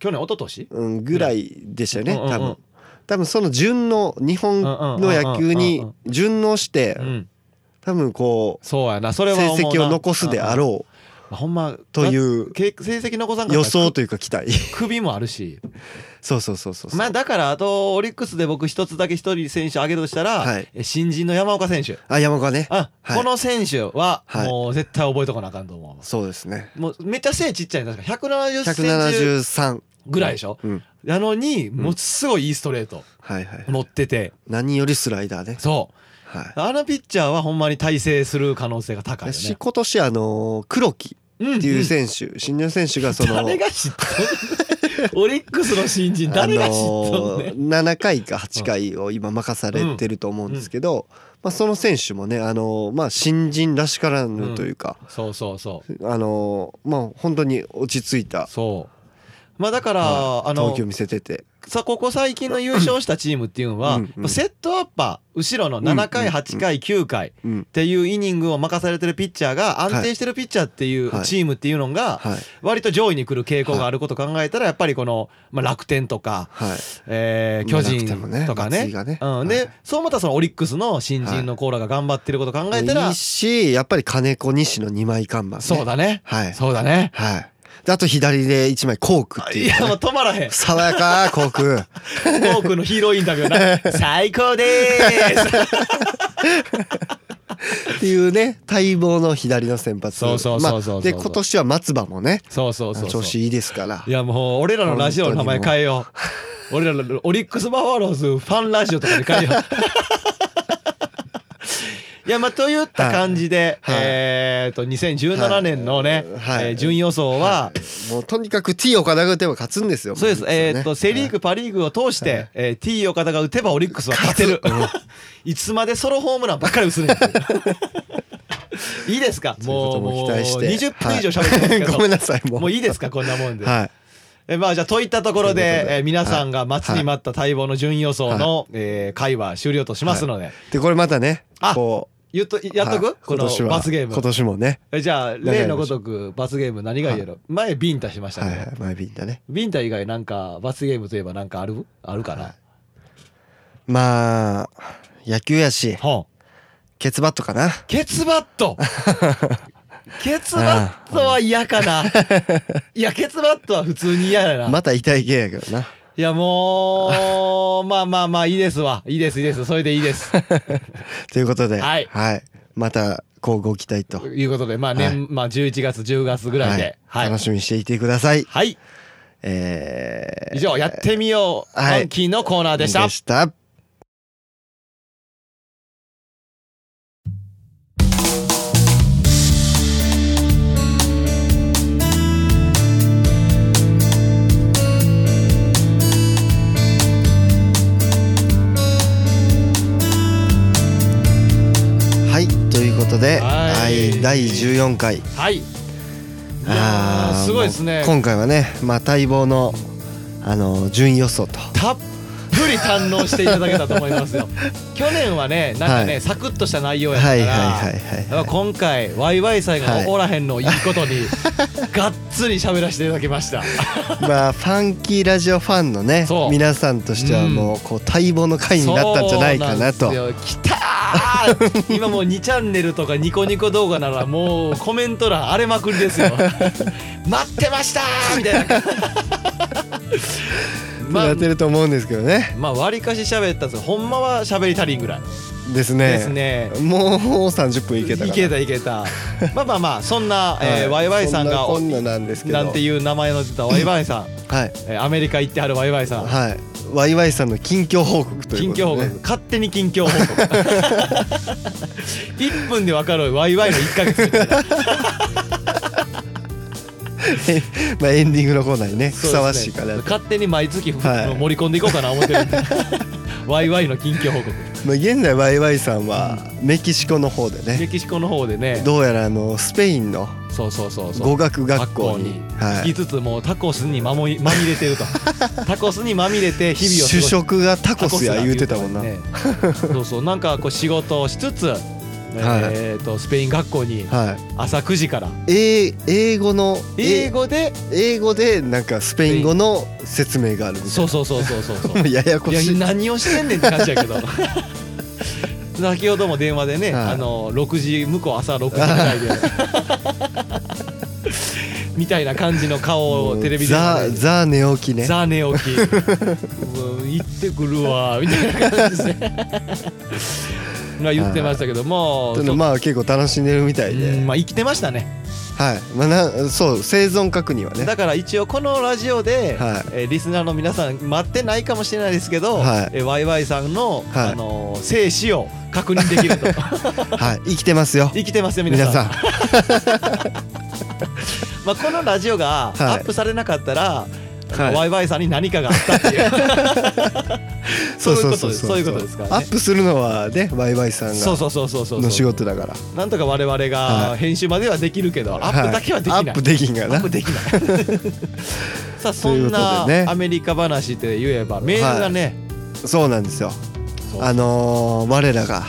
[SPEAKER 2] 去年一昨年
[SPEAKER 1] うん、ぐらいでしたよね
[SPEAKER 2] うんうんうん
[SPEAKER 1] 多分多分その順応日本の野球
[SPEAKER 2] うんうんうんうん
[SPEAKER 1] に順応して
[SPEAKER 2] うん
[SPEAKER 1] 多分こ
[SPEAKER 2] そうやなそうれは
[SPEAKER 1] 成
[SPEAKER 2] 思うな
[SPEAKER 1] 績を残すであ
[SPEAKER 2] うん
[SPEAKER 1] ろ
[SPEAKER 2] うんほんま
[SPEAKER 1] うというう
[SPEAKER 2] 成績残さんかったら
[SPEAKER 1] 予想というか期待
[SPEAKER 2] 首もあるし
[SPEAKER 1] そうそうそうそうそう
[SPEAKER 2] まあだからあとオリックスで僕一つだけ一人選手挙げるとしたら、
[SPEAKER 1] はい
[SPEAKER 2] え新人の山岡選手
[SPEAKER 1] あ山岡ね
[SPEAKER 2] あ、
[SPEAKER 1] はい
[SPEAKER 2] この選手は
[SPEAKER 1] はい
[SPEAKER 2] もう絶対覚えとかなあかんと思う、
[SPEAKER 1] そうですね
[SPEAKER 2] もうめっちゃ背ちっちゃいの確か170センチ
[SPEAKER 1] 173
[SPEAKER 2] ぐらいでしょ
[SPEAKER 1] うん
[SPEAKER 2] なのにもうすごいいいストレート
[SPEAKER 1] はいはい
[SPEAKER 2] 持ってて
[SPEAKER 1] 何よりスライダーね
[SPEAKER 2] そう
[SPEAKER 1] は
[SPEAKER 2] あのピッチャーはほんまに大成する可能性が高い
[SPEAKER 1] い
[SPEAKER 2] よ
[SPEAKER 1] し
[SPEAKER 2] ね
[SPEAKER 1] 今年あのー黒木
[SPEAKER 2] うん。
[SPEAKER 1] っていう選手新人選手がその
[SPEAKER 2] 誰が知っとんオリックスの新人誰が知っとんね
[SPEAKER 1] あのー7回か8回を今任されてると思うんですけど、まあ、その選手もね、あのーまあ、新人らしからぬというか、
[SPEAKER 2] そうそうそう
[SPEAKER 1] あのーまあ、本当に落ち着いた
[SPEAKER 2] そうまあだから、
[SPEAKER 1] はい
[SPEAKER 2] あ
[SPEAKER 1] 投
[SPEAKER 2] の
[SPEAKER 1] 球見せてて、
[SPEAKER 2] さここ最近の優勝したチームっていうのは
[SPEAKER 1] うんうん
[SPEAKER 2] セットアッパー後ろの7回8回9回っ
[SPEAKER 1] うん
[SPEAKER 2] ていうイニングを任されてるピッチャーが安定してるピッチャーっていう
[SPEAKER 1] はい
[SPEAKER 2] チームっていうのが
[SPEAKER 1] はい
[SPEAKER 2] 割と上位に来る傾向があることを考えたらやっぱりこの、まあ、楽天とか、
[SPEAKER 1] はい、
[SPEAKER 2] えー巨人とか
[SPEAKER 1] 松井
[SPEAKER 2] ね。
[SPEAKER 1] がね
[SPEAKER 2] うん、
[SPEAKER 1] は
[SPEAKER 2] で、
[SPEAKER 1] い
[SPEAKER 2] そう思ったらそのオリックスの新人のコーラが頑張ってることを考えたら、
[SPEAKER 1] いいしやっぱり金子西の2枚看板、ね、
[SPEAKER 2] そうだね、
[SPEAKER 1] はい、
[SPEAKER 2] そうだね。
[SPEAKER 1] はい、であと左で1枚コークって
[SPEAKER 2] い
[SPEAKER 1] いう、
[SPEAKER 2] やもう
[SPEAKER 1] ね、
[SPEAKER 2] 止まらへん。 フ
[SPEAKER 1] 爽やかコーク
[SPEAKER 2] ォークのヒーローインタビュー な。最高で ーす。
[SPEAKER 1] っていうね待望の左の先発
[SPEAKER 2] そうそうそうそうそう
[SPEAKER 1] まあで今年は松葉もね
[SPEAKER 2] そうそうそうそう。
[SPEAKER 1] 調子いいですから
[SPEAKER 2] いやもう俺らのラジオの名前変えよう。俺らのオリックスバファローズファンラジオとかで変えよう。いやまあといった感じで、
[SPEAKER 1] はいはい
[SPEAKER 2] えっと2017年のね、
[SPEAKER 1] はい
[SPEAKER 2] えー順位予想は、
[SPEAKER 1] もうとにかく T 岡田が打てば勝つんですよ。
[SPEAKER 2] そうです、
[SPEAKER 1] も
[SPEAKER 2] えーっとセ・リー
[SPEAKER 1] ね
[SPEAKER 2] グ、パ・リーグを通して、えー T 岡田が打てばオリックスは勝てる、いつまでソロホームランばっかり打つ ねんっていういいですかもう
[SPEAKER 1] そういうことも期待して
[SPEAKER 2] もう20分以上喋ってますけど、
[SPEAKER 1] はいごめんなさいも
[SPEAKER 2] も
[SPEAKER 1] う
[SPEAKER 2] ういいですかこんなもんで、
[SPEAKER 1] はい
[SPEAKER 2] えまあじゃあといったところ
[SPEAKER 1] という
[SPEAKER 2] で
[SPEAKER 1] ことで
[SPEAKER 2] えー皆さんが待ちに待った待望の順位予想の、えー会は終了としますので、
[SPEAKER 1] でこれまたね
[SPEAKER 2] あ
[SPEAKER 1] こ
[SPEAKER 2] 言っと
[SPEAKER 1] う
[SPEAKER 2] やっとく、
[SPEAKER 1] はい
[SPEAKER 2] この
[SPEAKER 1] 今年は
[SPEAKER 2] 罰ゲーム
[SPEAKER 1] 今年もね
[SPEAKER 2] えじゃあ例のごとく罰ゲーム何が言える、前ビンタしました
[SPEAKER 1] は
[SPEAKER 2] け
[SPEAKER 1] い
[SPEAKER 2] ど、
[SPEAKER 1] はい前ビンだね
[SPEAKER 2] ビンタ以外なんか罰ゲームといえばなんかあるあるかな、
[SPEAKER 1] はいまあ野球やし
[SPEAKER 2] ほん
[SPEAKER 1] ケツバットかな
[SPEAKER 2] ケツバッ トケツバットは嫌かないやケツバットは普通に嫌やな、
[SPEAKER 1] また痛い系やけどない
[SPEAKER 2] やもうまあまあまあいいですわいいですいいですそれでいいです
[SPEAKER 1] ということで
[SPEAKER 2] はい
[SPEAKER 1] またこうご期待と
[SPEAKER 2] ということでまあ年、
[SPEAKER 1] はい
[SPEAKER 2] まあ11月10月ぐらいで
[SPEAKER 1] は
[SPEAKER 2] はいい、は
[SPEAKER 1] 楽
[SPEAKER 2] い
[SPEAKER 1] しみにしていてくださいえー
[SPEAKER 2] 以上やってみよう、
[SPEAKER 1] はい
[SPEAKER 2] ファンキーのコーナーでした
[SPEAKER 1] でしたはいということで、
[SPEAKER 2] は
[SPEAKER 1] はいい、第14回
[SPEAKER 2] はいいや
[SPEAKER 1] あ
[SPEAKER 2] ー
[SPEAKER 1] ー
[SPEAKER 2] すごいですね
[SPEAKER 1] もう今回はね、まあ、待望のあの順位予想と
[SPEAKER 2] たっぷり堪能していただけたと思い ますよ去年はねなんかね、
[SPEAKER 1] はい
[SPEAKER 2] サクッとした内容やったか
[SPEAKER 1] は
[SPEAKER 2] ら、
[SPEAKER 1] いはいはいはい
[SPEAKER 2] だから今回ワイワイさん
[SPEAKER 1] はい
[SPEAKER 2] がおらへんのをいいこと に、がっつり喋らせていただきました
[SPEAKER 1] まあファンキーラジオファンのね
[SPEAKER 2] そう
[SPEAKER 1] 皆さんとしてはもうこう待望の回になったんじゃないかなと
[SPEAKER 2] そうなんですよ来たー今もう2チャンネルとかニコニコ動画ならもうコメント欄荒れまく りですよ待ってましたーみたいな
[SPEAKER 1] ってなってると思うんですけどね。
[SPEAKER 2] まあ割かし喋ったんですけどほんまは喋り足りんぐらい
[SPEAKER 1] ですね。
[SPEAKER 2] ですね。
[SPEAKER 1] もう30分いけたから。
[SPEAKER 2] いけたいけたまあまあまあそんな、え
[SPEAKER 1] は
[SPEAKER 2] ーワ
[SPEAKER 1] い
[SPEAKER 2] イワイさんが
[SPEAKER 1] そんなこんななんですけど。
[SPEAKER 2] なんていう名前の出たワイワイさん、
[SPEAKER 1] はい
[SPEAKER 2] えーアメリカ行ってはるワイワイさん、
[SPEAKER 1] はい。ワイワイさんの近況報告という
[SPEAKER 2] 近
[SPEAKER 1] ことで、
[SPEAKER 2] 況
[SPEAKER 1] ね。
[SPEAKER 2] 報告、勝手に近況報告1分で分かるワイワイの1ヶ月みたいな
[SPEAKER 1] まあエンディングのコーナーに ねふ
[SPEAKER 2] そうですね
[SPEAKER 1] さわしいかなと。
[SPEAKER 2] 勝手に毎月、
[SPEAKER 1] はい
[SPEAKER 2] 盛り込んでいこうかな思ってるんでワイワイの近況報 告
[SPEAKER 1] まあ現在ワイワイさんはメキシコの方で
[SPEAKER 2] メ
[SPEAKER 1] ね。
[SPEAKER 2] キシコの方でね
[SPEAKER 1] どうやらあのスペインの
[SPEAKER 2] そうそうそうそう
[SPEAKER 1] 語学学校に
[SPEAKER 2] 学
[SPEAKER 1] は
[SPEAKER 2] 行き
[SPEAKER 1] い。
[SPEAKER 2] つつもうタコスにまもいまみれて るとタコスにまみれて日々を過
[SPEAKER 1] 主
[SPEAKER 2] ごし
[SPEAKER 1] 食がタコスや
[SPEAKER 2] だ
[SPEAKER 1] 言うてたもんな。
[SPEAKER 2] ね そうそうなんかこう仕事を しつつ、えー、とスペイン学校に
[SPEAKER 1] はい。
[SPEAKER 2] 朝9時から
[SPEAKER 1] 英英語の
[SPEAKER 2] 英語で
[SPEAKER 1] 英語でなんかスペイン語の説明があるみたいな
[SPEAKER 2] そうそうそうそうそうそう
[SPEAKER 1] ややこ
[SPEAKER 2] い
[SPEAKER 1] しい
[SPEAKER 2] や何をしてんねんって感じや けど先ほども電話でね、
[SPEAKER 1] はい
[SPEAKER 2] あの6時向こう朝6時ぐらい でみたいな感じの顔をテレビで
[SPEAKER 1] ザザ寝起きね
[SPEAKER 2] ザ 寝起きうん行ってくるわみたいな感じで まあ言ってましたけども
[SPEAKER 1] というのまあ結構楽しんでるみたいで、
[SPEAKER 2] うんまあ生きてましたね
[SPEAKER 1] はいまあなそう生存確認はね
[SPEAKER 2] だから一応このラジオで、
[SPEAKER 1] はい
[SPEAKER 2] えーリスナーの皆さん待ってないかもしれないですけど、
[SPEAKER 1] はい
[SPEAKER 2] えーワイワイさんの、
[SPEAKER 1] はい
[SPEAKER 2] あのー生死を確認でき ると
[SPEAKER 1] はい生きてますよ
[SPEAKER 2] 生きてますよ皆さん
[SPEAKER 1] 皆さん
[SPEAKER 2] まあ、このラジオがア
[SPEAKER 1] はい
[SPEAKER 2] ップされなかったら、
[SPEAKER 1] はい
[SPEAKER 2] ワイワイさんに何かがあったっていう そういうことですそういうことですからね
[SPEAKER 1] アップするのはねワイワイさんが
[SPEAKER 2] そうそうそうそうそう
[SPEAKER 1] の仕事だから
[SPEAKER 2] なんとか我々
[SPEAKER 1] は
[SPEAKER 2] が
[SPEAKER 1] い
[SPEAKER 2] 編集まではできるけど、アップだけはできない、
[SPEAKER 1] アップできんが
[SPEAKER 2] ア
[SPEAKER 1] な
[SPEAKER 2] ップできないさあそん
[SPEAKER 1] ということ
[SPEAKER 2] な
[SPEAKER 1] でね
[SPEAKER 2] アメリカ話で言えばメールがね、
[SPEAKER 1] そうなんですよ
[SPEAKER 2] そう
[SPEAKER 1] あのー、我らが、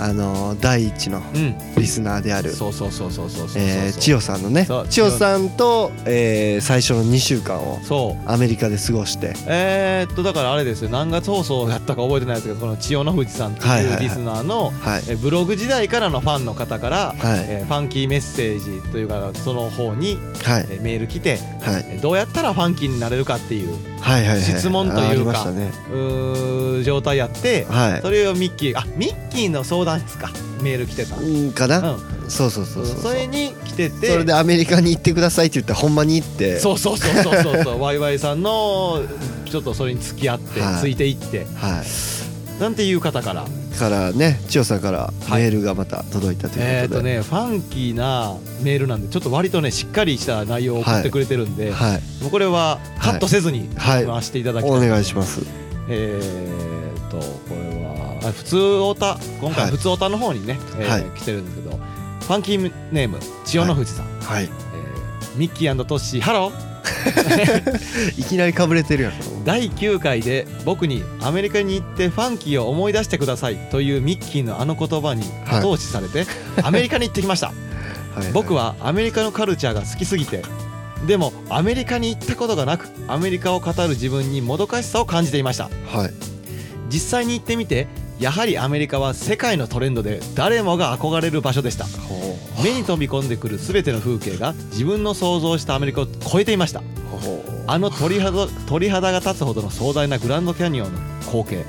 [SPEAKER 1] あのー、第一の
[SPEAKER 2] うん
[SPEAKER 1] リスナーである
[SPEAKER 2] そうそうそうそうそうそうそう、
[SPEAKER 1] えー千代さんのね
[SPEAKER 2] そう
[SPEAKER 1] 千代さんと、えー、最初の2週間を
[SPEAKER 2] そう
[SPEAKER 1] アメリカで過ごして
[SPEAKER 2] えー、っとだからあれですよ何月放送だったか覚えてないですけどこの千代の富士さんって
[SPEAKER 1] はいはい
[SPEAKER 2] い
[SPEAKER 1] は
[SPEAKER 2] う
[SPEAKER 1] い
[SPEAKER 2] リスナーの、
[SPEAKER 1] はい
[SPEAKER 2] えブログ時代からのファンの方から、
[SPEAKER 1] はい
[SPEAKER 2] えーファンキーメッセージというかその方に、
[SPEAKER 1] はい
[SPEAKER 2] えーメール来て
[SPEAKER 1] はい
[SPEAKER 2] えーどうやったらファンキーになれるかっていう
[SPEAKER 1] はいはいはい
[SPEAKER 2] 質問というか
[SPEAKER 1] ありましたね
[SPEAKER 2] うー状態やって、
[SPEAKER 1] はい
[SPEAKER 2] それをミッキーあミッキーの相談室かメール来てた、うん
[SPEAKER 1] うんかな、
[SPEAKER 2] うん
[SPEAKER 1] そうそうそ
[SPEAKER 2] そう
[SPEAKER 1] そうう
[SPEAKER 2] れに来てて
[SPEAKER 1] それでアメリカに行ってくださいって言ったらほんまに行って
[SPEAKER 2] そうそうそうそうそうそうワイワイさんのちょっとそれに付き合って、
[SPEAKER 1] はい
[SPEAKER 2] ついていって
[SPEAKER 1] はい
[SPEAKER 2] なんていう方から
[SPEAKER 1] からね千代さんから
[SPEAKER 2] はい
[SPEAKER 1] メールがまた届いたとい
[SPEAKER 2] え
[SPEAKER 1] うこ
[SPEAKER 2] っ、
[SPEAKER 1] ととで、
[SPEAKER 2] ねファンキーなメールなんでちょっと割とねしっかりした内容を送ってくれてるんで、
[SPEAKER 1] はい
[SPEAKER 2] もうこれはカットせずに
[SPEAKER 1] はい
[SPEAKER 2] 回していただきたい、
[SPEAKER 1] お願いします
[SPEAKER 2] えー、とこれはあ普通オタ今
[SPEAKER 1] は
[SPEAKER 2] 回
[SPEAKER 1] い
[SPEAKER 2] 普通オタの方にね、えー
[SPEAKER 1] はい
[SPEAKER 2] 来てるんですけどファンキーネーム千代の富士さん、
[SPEAKER 1] はい
[SPEAKER 2] えーミッキートッシーハロー
[SPEAKER 1] いきなりかぶれてるやん
[SPEAKER 2] 第9回で僕にアメリカに行ってファンキーを思い出してくださいというミッキーのあの言葉に
[SPEAKER 1] はい
[SPEAKER 2] 後押しされて、アメリカに行ってきました
[SPEAKER 1] はい
[SPEAKER 2] 僕はアメリカのカルチャーが好きすぎてでもアメリカに行ったことがなくアメリカを語る自分にもどかしさを感じていました
[SPEAKER 1] はい
[SPEAKER 2] 実際に行ってみてやはりアメリカは世界のトレンドで誰もが憧れる場所でした
[SPEAKER 1] ほ
[SPEAKER 2] 目に飛び込んでくる全ての風景が自分の想像したアメリカを超えていました
[SPEAKER 1] うほう
[SPEAKER 2] あの鳥肌鳥肌が立つほどの壮大なグランドキャニオンの光景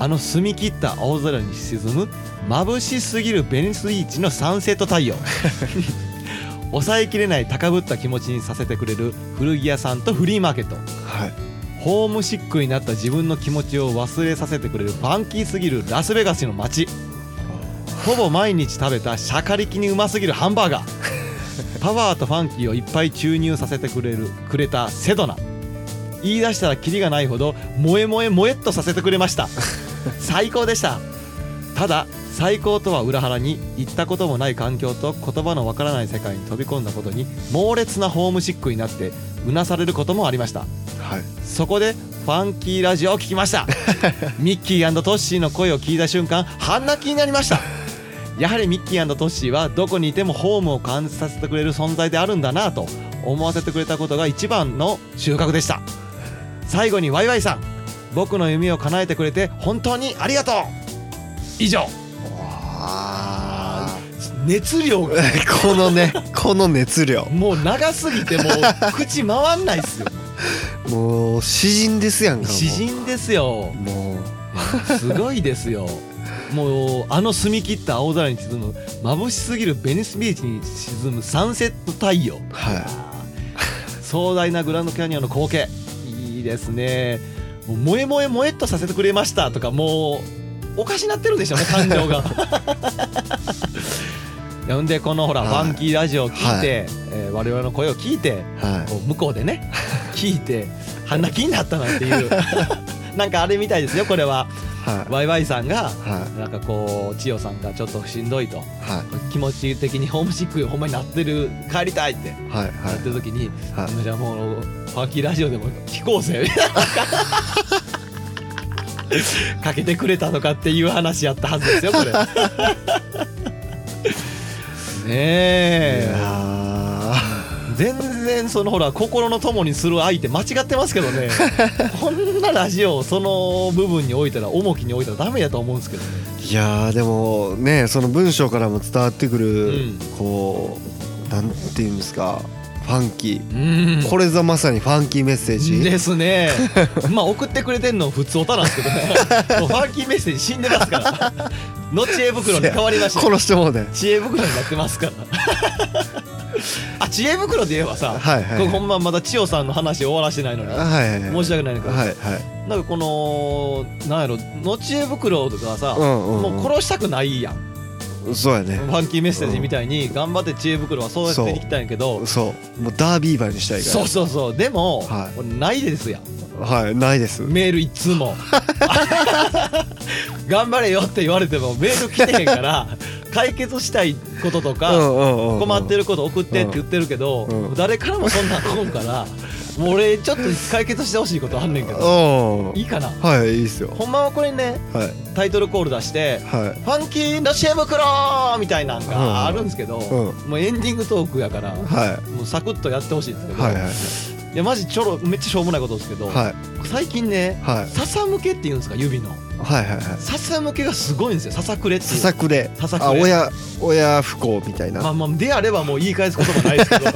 [SPEAKER 2] あの澄み切った青空に沈む眩しすぎるベニスビーチのサンセット 太陽抑えきれない高ぶった気持ちにさせてくれる古着屋さんとフリーマーケット
[SPEAKER 1] はい
[SPEAKER 2] ホームシックになった自分の気持ちを忘れさせてくれるファンキーすぎるラスベガスの街ほぼ毎日食べたシャカリキにうますぎるハンバーガーパワーとファンキーをいっぱい注入させてくれるくれたセドナ言い出したらキリがないほど萌え萌え萌えっとさせてくれました最高でしたただ最高とは裏腹に行ったこともない環境と言葉のわからない世界に飛び込んだことに猛烈なホームシックになってうなされることもありました
[SPEAKER 1] はい
[SPEAKER 2] そこでファンキーラジオを聞き ましたミッキートッシーの声を聞いた瞬間半泣きになりましたやはりミッキートッシーはどこにいてもホームを感じさせてくれる存在であるんだなと思わせてくれたことが一番の収穫でした最後にワイワイさん僕の夢を叶えてくれて本当にありがとう以上
[SPEAKER 1] あ
[SPEAKER 2] 熱量が
[SPEAKER 1] ーこのねこの熱量
[SPEAKER 2] もう長すぎてもう口回んないっすよ
[SPEAKER 1] もう詩人ですやんかもう
[SPEAKER 2] 詩人ですよ
[SPEAKER 1] もう
[SPEAKER 2] すごいですよもうあの澄み切った青空に沈む眩しすぎるベニスビーチに沈むサンセット太陽
[SPEAKER 1] は
[SPEAKER 2] 壮大なグランドキャニオンの光景いいですねもう萌え萌え萌えっとさせてくれましたとかもうおかしなってるでしょうね感情が ほんでこのほら、
[SPEAKER 1] はい
[SPEAKER 2] ファンキーラジオを聞いて、えー我々の声を聞いて
[SPEAKER 1] いは
[SPEAKER 2] こう向こうでね聞いて半泣きになったなんていう なんかあれみたいですよこれはい
[SPEAKER 1] はい
[SPEAKER 2] ワイワイさんが
[SPEAKER 1] はい
[SPEAKER 2] なんかこう千代さんがちょっとしんどいと
[SPEAKER 1] はい
[SPEAKER 2] 気持ち的にホームシックほんまになってる帰りたいって
[SPEAKER 1] はい
[SPEAKER 2] なってる時に、
[SPEAKER 1] はい
[SPEAKER 2] じゃあもうファンキーラジオでも聞こうぜ みたいなかけてくれたとかっていう話やったはずですよこ れね
[SPEAKER 1] い
[SPEAKER 2] え
[SPEAKER 1] やー
[SPEAKER 2] 全然そのほら心の友にする相手間違ってますけど ねこんなラジオをその部分に置いたら重きに置いたらダメだと思うんですけどね
[SPEAKER 1] いやーでもねその文章からも伝わってくる、
[SPEAKER 2] うん
[SPEAKER 1] こうなんていうんですかファンキー、
[SPEAKER 2] うん
[SPEAKER 1] これぞまさにファンキーメッセージ、
[SPEAKER 2] ですね まあ送ってくれてんの普通歌なんですけどねもうファンキーメッセージ死んでますから の知恵袋に変わりました
[SPEAKER 1] 殺してもうね
[SPEAKER 2] 知恵袋になってますから あ知恵袋で言えばさ、
[SPEAKER 1] はいはい
[SPEAKER 2] これほんままだ千代さんの話終わらしてないのに
[SPEAKER 1] はいはい
[SPEAKER 2] 申し訳ないんだけど、
[SPEAKER 1] はいはい
[SPEAKER 2] なんかこのなんやろの知恵袋とかさ、
[SPEAKER 1] うんうんうん
[SPEAKER 2] もう殺したくないやん
[SPEAKER 1] そうや
[SPEAKER 2] フ
[SPEAKER 1] ね
[SPEAKER 2] ァンキーメッセージみたいに頑張って知恵袋はそうやっていきたいんやけど
[SPEAKER 1] そうもうダービーバーにしたいか
[SPEAKER 2] そうそうそうでも、
[SPEAKER 1] はい
[SPEAKER 2] これないですやん
[SPEAKER 1] らはいないです
[SPEAKER 2] メールいつ も頑張れよって言われてもメール来てへんから解決したいこととか困
[SPEAKER 1] 困
[SPEAKER 2] って
[SPEAKER 1] る
[SPEAKER 2] ること送ってって言ってるけど、
[SPEAKER 1] うん
[SPEAKER 2] 誰からもそんなん来んからもう俺ちょっと解決してほしいことあんねんけど
[SPEAKER 1] うん
[SPEAKER 2] いいかな
[SPEAKER 1] はいいいっすよ
[SPEAKER 2] ほんまはこれね
[SPEAKER 1] はい
[SPEAKER 2] タイトルコール出して
[SPEAKER 1] はい
[SPEAKER 2] 「ファンキーの知恵袋!」みたいなんがあるんですけど、
[SPEAKER 1] うん
[SPEAKER 2] もうエンディングトークやからも
[SPEAKER 1] は
[SPEAKER 2] うサクッとやってほしいんですけ
[SPEAKER 1] い
[SPEAKER 2] ど、
[SPEAKER 1] はいはい
[SPEAKER 2] い、やマジちょろめっちゃしょうもないことですけど、
[SPEAKER 1] はい
[SPEAKER 2] 最近ね
[SPEAKER 1] はい
[SPEAKER 2] 笹向けっていうんですか指の
[SPEAKER 1] はいはいはい
[SPEAKER 2] 笹向けがすごいんですよ笹くれっていう
[SPEAKER 1] ささくれ
[SPEAKER 2] ささくれ
[SPEAKER 1] あ親親不幸みたいな
[SPEAKER 2] ま
[SPEAKER 1] は
[SPEAKER 2] あまあであればもう言い返すこともな いですけど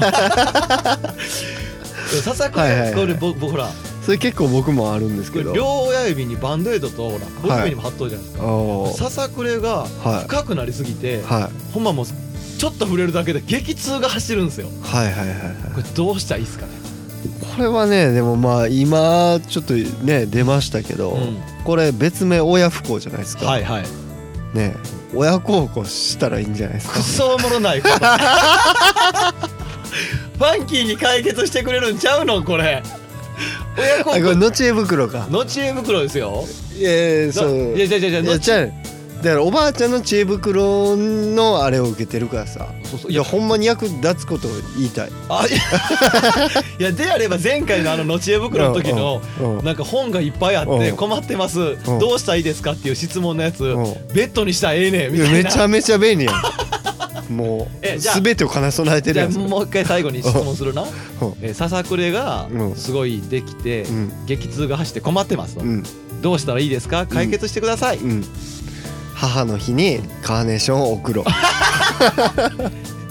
[SPEAKER 2] 笹くれ、
[SPEAKER 1] はいはいはい
[SPEAKER 2] これ僕僕ほら
[SPEAKER 1] いそれ結構僕もあるんです
[SPEAKER 2] こ
[SPEAKER 1] け
[SPEAKER 2] れ
[SPEAKER 1] ど
[SPEAKER 2] 両親指にバンドエイドとほら僕
[SPEAKER 1] はい
[SPEAKER 2] 指にも貼っとるじゃないですか、
[SPEAKER 1] おー
[SPEAKER 2] 笹くれが
[SPEAKER 1] はい
[SPEAKER 2] 深くなりすぎて、
[SPEAKER 1] はい
[SPEAKER 2] ほんまもうちょっと触れるだけで激痛が走るんですよ
[SPEAKER 1] はいはいはいはい
[SPEAKER 2] これどうしたらいいですかね、
[SPEAKER 1] これはねでもまあ今ちょっとね出ましたけど、
[SPEAKER 2] うん
[SPEAKER 1] これ別名親不幸じゃないですか、
[SPEAKER 2] はいはい
[SPEAKER 1] ね親孝行したらいいんじゃないですか
[SPEAKER 2] クソおもろないことファンキーに解決してくれるんちゃうのこれ親
[SPEAKER 1] あ
[SPEAKER 2] 孝
[SPEAKER 1] こ
[SPEAKER 2] 行
[SPEAKER 1] れのちえ袋か
[SPEAKER 2] の知恵袋ですよ
[SPEAKER 1] いやいや
[SPEAKER 2] の
[SPEAKER 1] そう
[SPEAKER 2] いやいやいやいや
[SPEAKER 1] いやちゃうだからおばあちゃんの知恵袋のあれを受けてるからさ
[SPEAKER 2] そうそう
[SPEAKER 1] い
[SPEAKER 2] いや
[SPEAKER 1] やほんまに役立つことを言いたい
[SPEAKER 2] あいやいやであれば前回のあののちえ袋の時の
[SPEAKER 1] うんうん
[SPEAKER 2] なんか本がいっぱいあっ
[SPEAKER 1] う
[SPEAKER 2] て
[SPEAKER 1] ん
[SPEAKER 2] 困ってますどうしたらいいですかっていう質問のやつ
[SPEAKER 1] ん
[SPEAKER 2] ベッドにしたらええねんみ
[SPEAKER 1] いや
[SPEAKER 2] たい
[SPEAKER 1] め
[SPEAKER 2] な
[SPEAKER 1] ちゃめちゃ便利や んも
[SPEAKER 2] え
[SPEAKER 1] う
[SPEAKER 2] じゃあ
[SPEAKER 1] 全てを兼ね備えてる
[SPEAKER 2] じゃ
[SPEAKER 1] や
[SPEAKER 2] あ
[SPEAKER 1] つう
[SPEAKER 2] もう一回最後に質問するな
[SPEAKER 1] ん
[SPEAKER 2] えささくれが
[SPEAKER 1] うん
[SPEAKER 2] すごいできて
[SPEAKER 1] うん
[SPEAKER 2] 激痛が走って困ってますと
[SPEAKER 1] うん
[SPEAKER 2] どうしたらいいですか解決してください
[SPEAKER 1] うん母の日にカーネーションを 贈ろう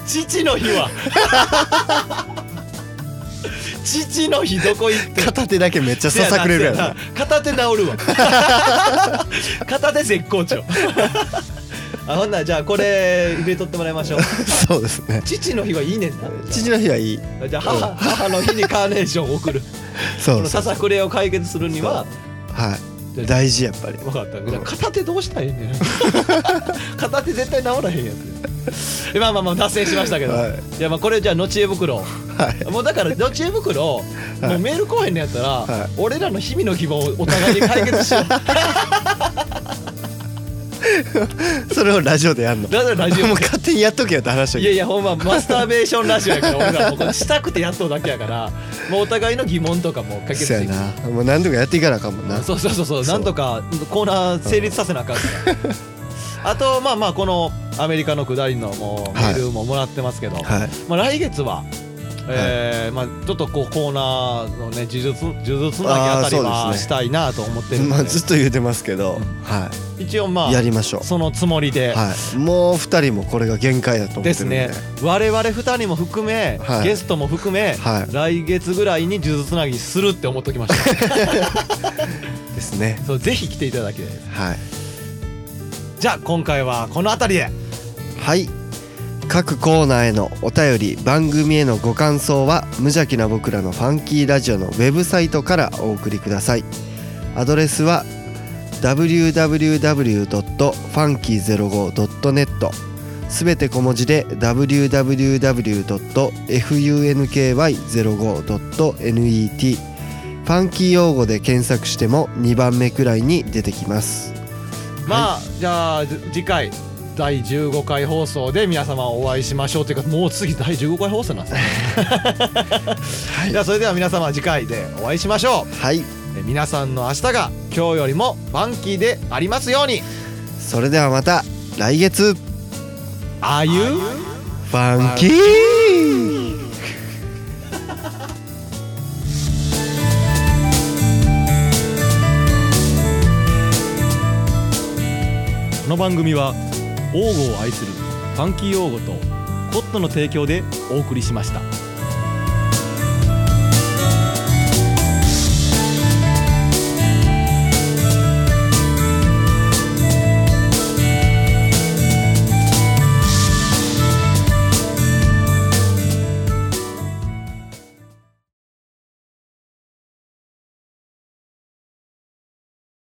[SPEAKER 2] 父の日は父の日どこ行って
[SPEAKER 1] 片手だけめっちゃささくれるや
[SPEAKER 2] せ
[SPEAKER 1] ろ
[SPEAKER 2] な片手治る わ片手絶好 調あほんならじゃあこれ入れとってもらいましょう
[SPEAKER 1] そうですね
[SPEAKER 2] 父の日はいいねんな
[SPEAKER 1] 父の日はいい
[SPEAKER 2] じゃあ母母の日にカーネーションを送る
[SPEAKER 1] そ
[SPEAKER 2] こ
[SPEAKER 1] う
[SPEAKER 2] の
[SPEAKER 1] そ
[SPEAKER 2] さ
[SPEAKER 1] う
[SPEAKER 2] さくれを解決するには
[SPEAKER 1] はい大事やっぱり
[SPEAKER 2] 分かった
[SPEAKER 1] ん
[SPEAKER 2] じゃあ片手どうしたらいいねん 片手絶対治らへんやつ まあまあまあ脱線しましたけど、
[SPEAKER 1] はいい、
[SPEAKER 2] やまあこれじゃあのちえ袋
[SPEAKER 1] はい
[SPEAKER 2] もうだからのちえ袋、もうメール来へんのやったら、
[SPEAKER 1] はい
[SPEAKER 2] 俺らの日々の希望をお互いに解決し よう
[SPEAKER 1] それをラジオでやんの
[SPEAKER 2] だからラジオ
[SPEAKER 1] もう勝手にやっとけよって話を
[SPEAKER 2] いやいやほんまマスターベーションラジオやから俺らもうこれしたくてやっとうだけやからもうお互いの疑問とかも解決し
[SPEAKER 1] そう
[SPEAKER 2] て
[SPEAKER 1] や
[SPEAKER 2] いく
[SPEAKER 1] なもう何とかやっていかなあかんもんな
[SPEAKER 2] そうそうそうそう
[SPEAKER 1] そう
[SPEAKER 2] なんとかコーナー成立させなあかんからあとまあまあこのアメリカの下りのもうメ
[SPEAKER 1] はい
[SPEAKER 2] ールももらってますけど、
[SPEAKER 1] はい
[SPEAKER 2] まあ、来月はえーまあ、ちょっとこうコーナーのね呪術呪術つなぎあ
[SPEAKER 1] あー
[SPEAKER 2] たり
[SPEAKER 1] そう
[SPEAKER 2] は
[SPEAKER 1] ですね
[SPEAKER 2] したいなと思ってるんで
[SPEAKER 1] まあずっと言うてますけど、
[SPEAKER 2] うん
[SPEAKER 1] は
[SPEAKER 2] 一応ま
[SPEAKER 1] い、や
[SPEAKER 2] あ
[SPEAKER 1] りましょう。
[SPEAKER 2] そのつもりで、
[SPEAKER 1] はい、もう二人もこれが限界だと思って
[SPEAKER 2] で
[SPEAKER 1] る
[SPEAKER 2] す
[SPEAKER 1] んで。
[SPEAKER 2] ね我々2人も含め、
[SPEAKER 1] はい
[SPEAKER 2] ゲストも含め、
[SPEAKER 1] は
[SPEAKER 2] 来月ぐらいに呪術つなぎするって思っときました
[SPEAKER 1] い、ですね。
[SPEAKER 2] そうぜひ来ていただきたいです
[SPEAKER 1] はい。
[SPEAKER 2] じゃあ今回はこの辺りで
[SPEAKER 1] はい各コーナーへのお便り番組へのご感想は無邪気な僕らのファンキーラジオのウェブサイトからお送りくださいアドレスは www.funky05.net すべて小文字で www.funky05.net ファンキー用語で検索しても2番目くらいに出てきます
[SPEAKER 2] まあ、じゃあじ次回第15回放送で皆様お会いしましょうというかもう次第15回放送なんですね、
[SPEAKER 1] い
[SPEAKER 2] じゃあそれでは皆様次回でお会いしましょう
[SPEAKER 1] はい
[SPEAKER 2] え皆さんの明日が今日よりもファンキーでありますように
[SPEAKER 1] それではまた来月
[SPEAKER 2] あゆ
[SPEAKER 1] ファンキー
[SPEAKER 2] この番組は王語を愛するファンキー王語とコットの提供でお送りしました。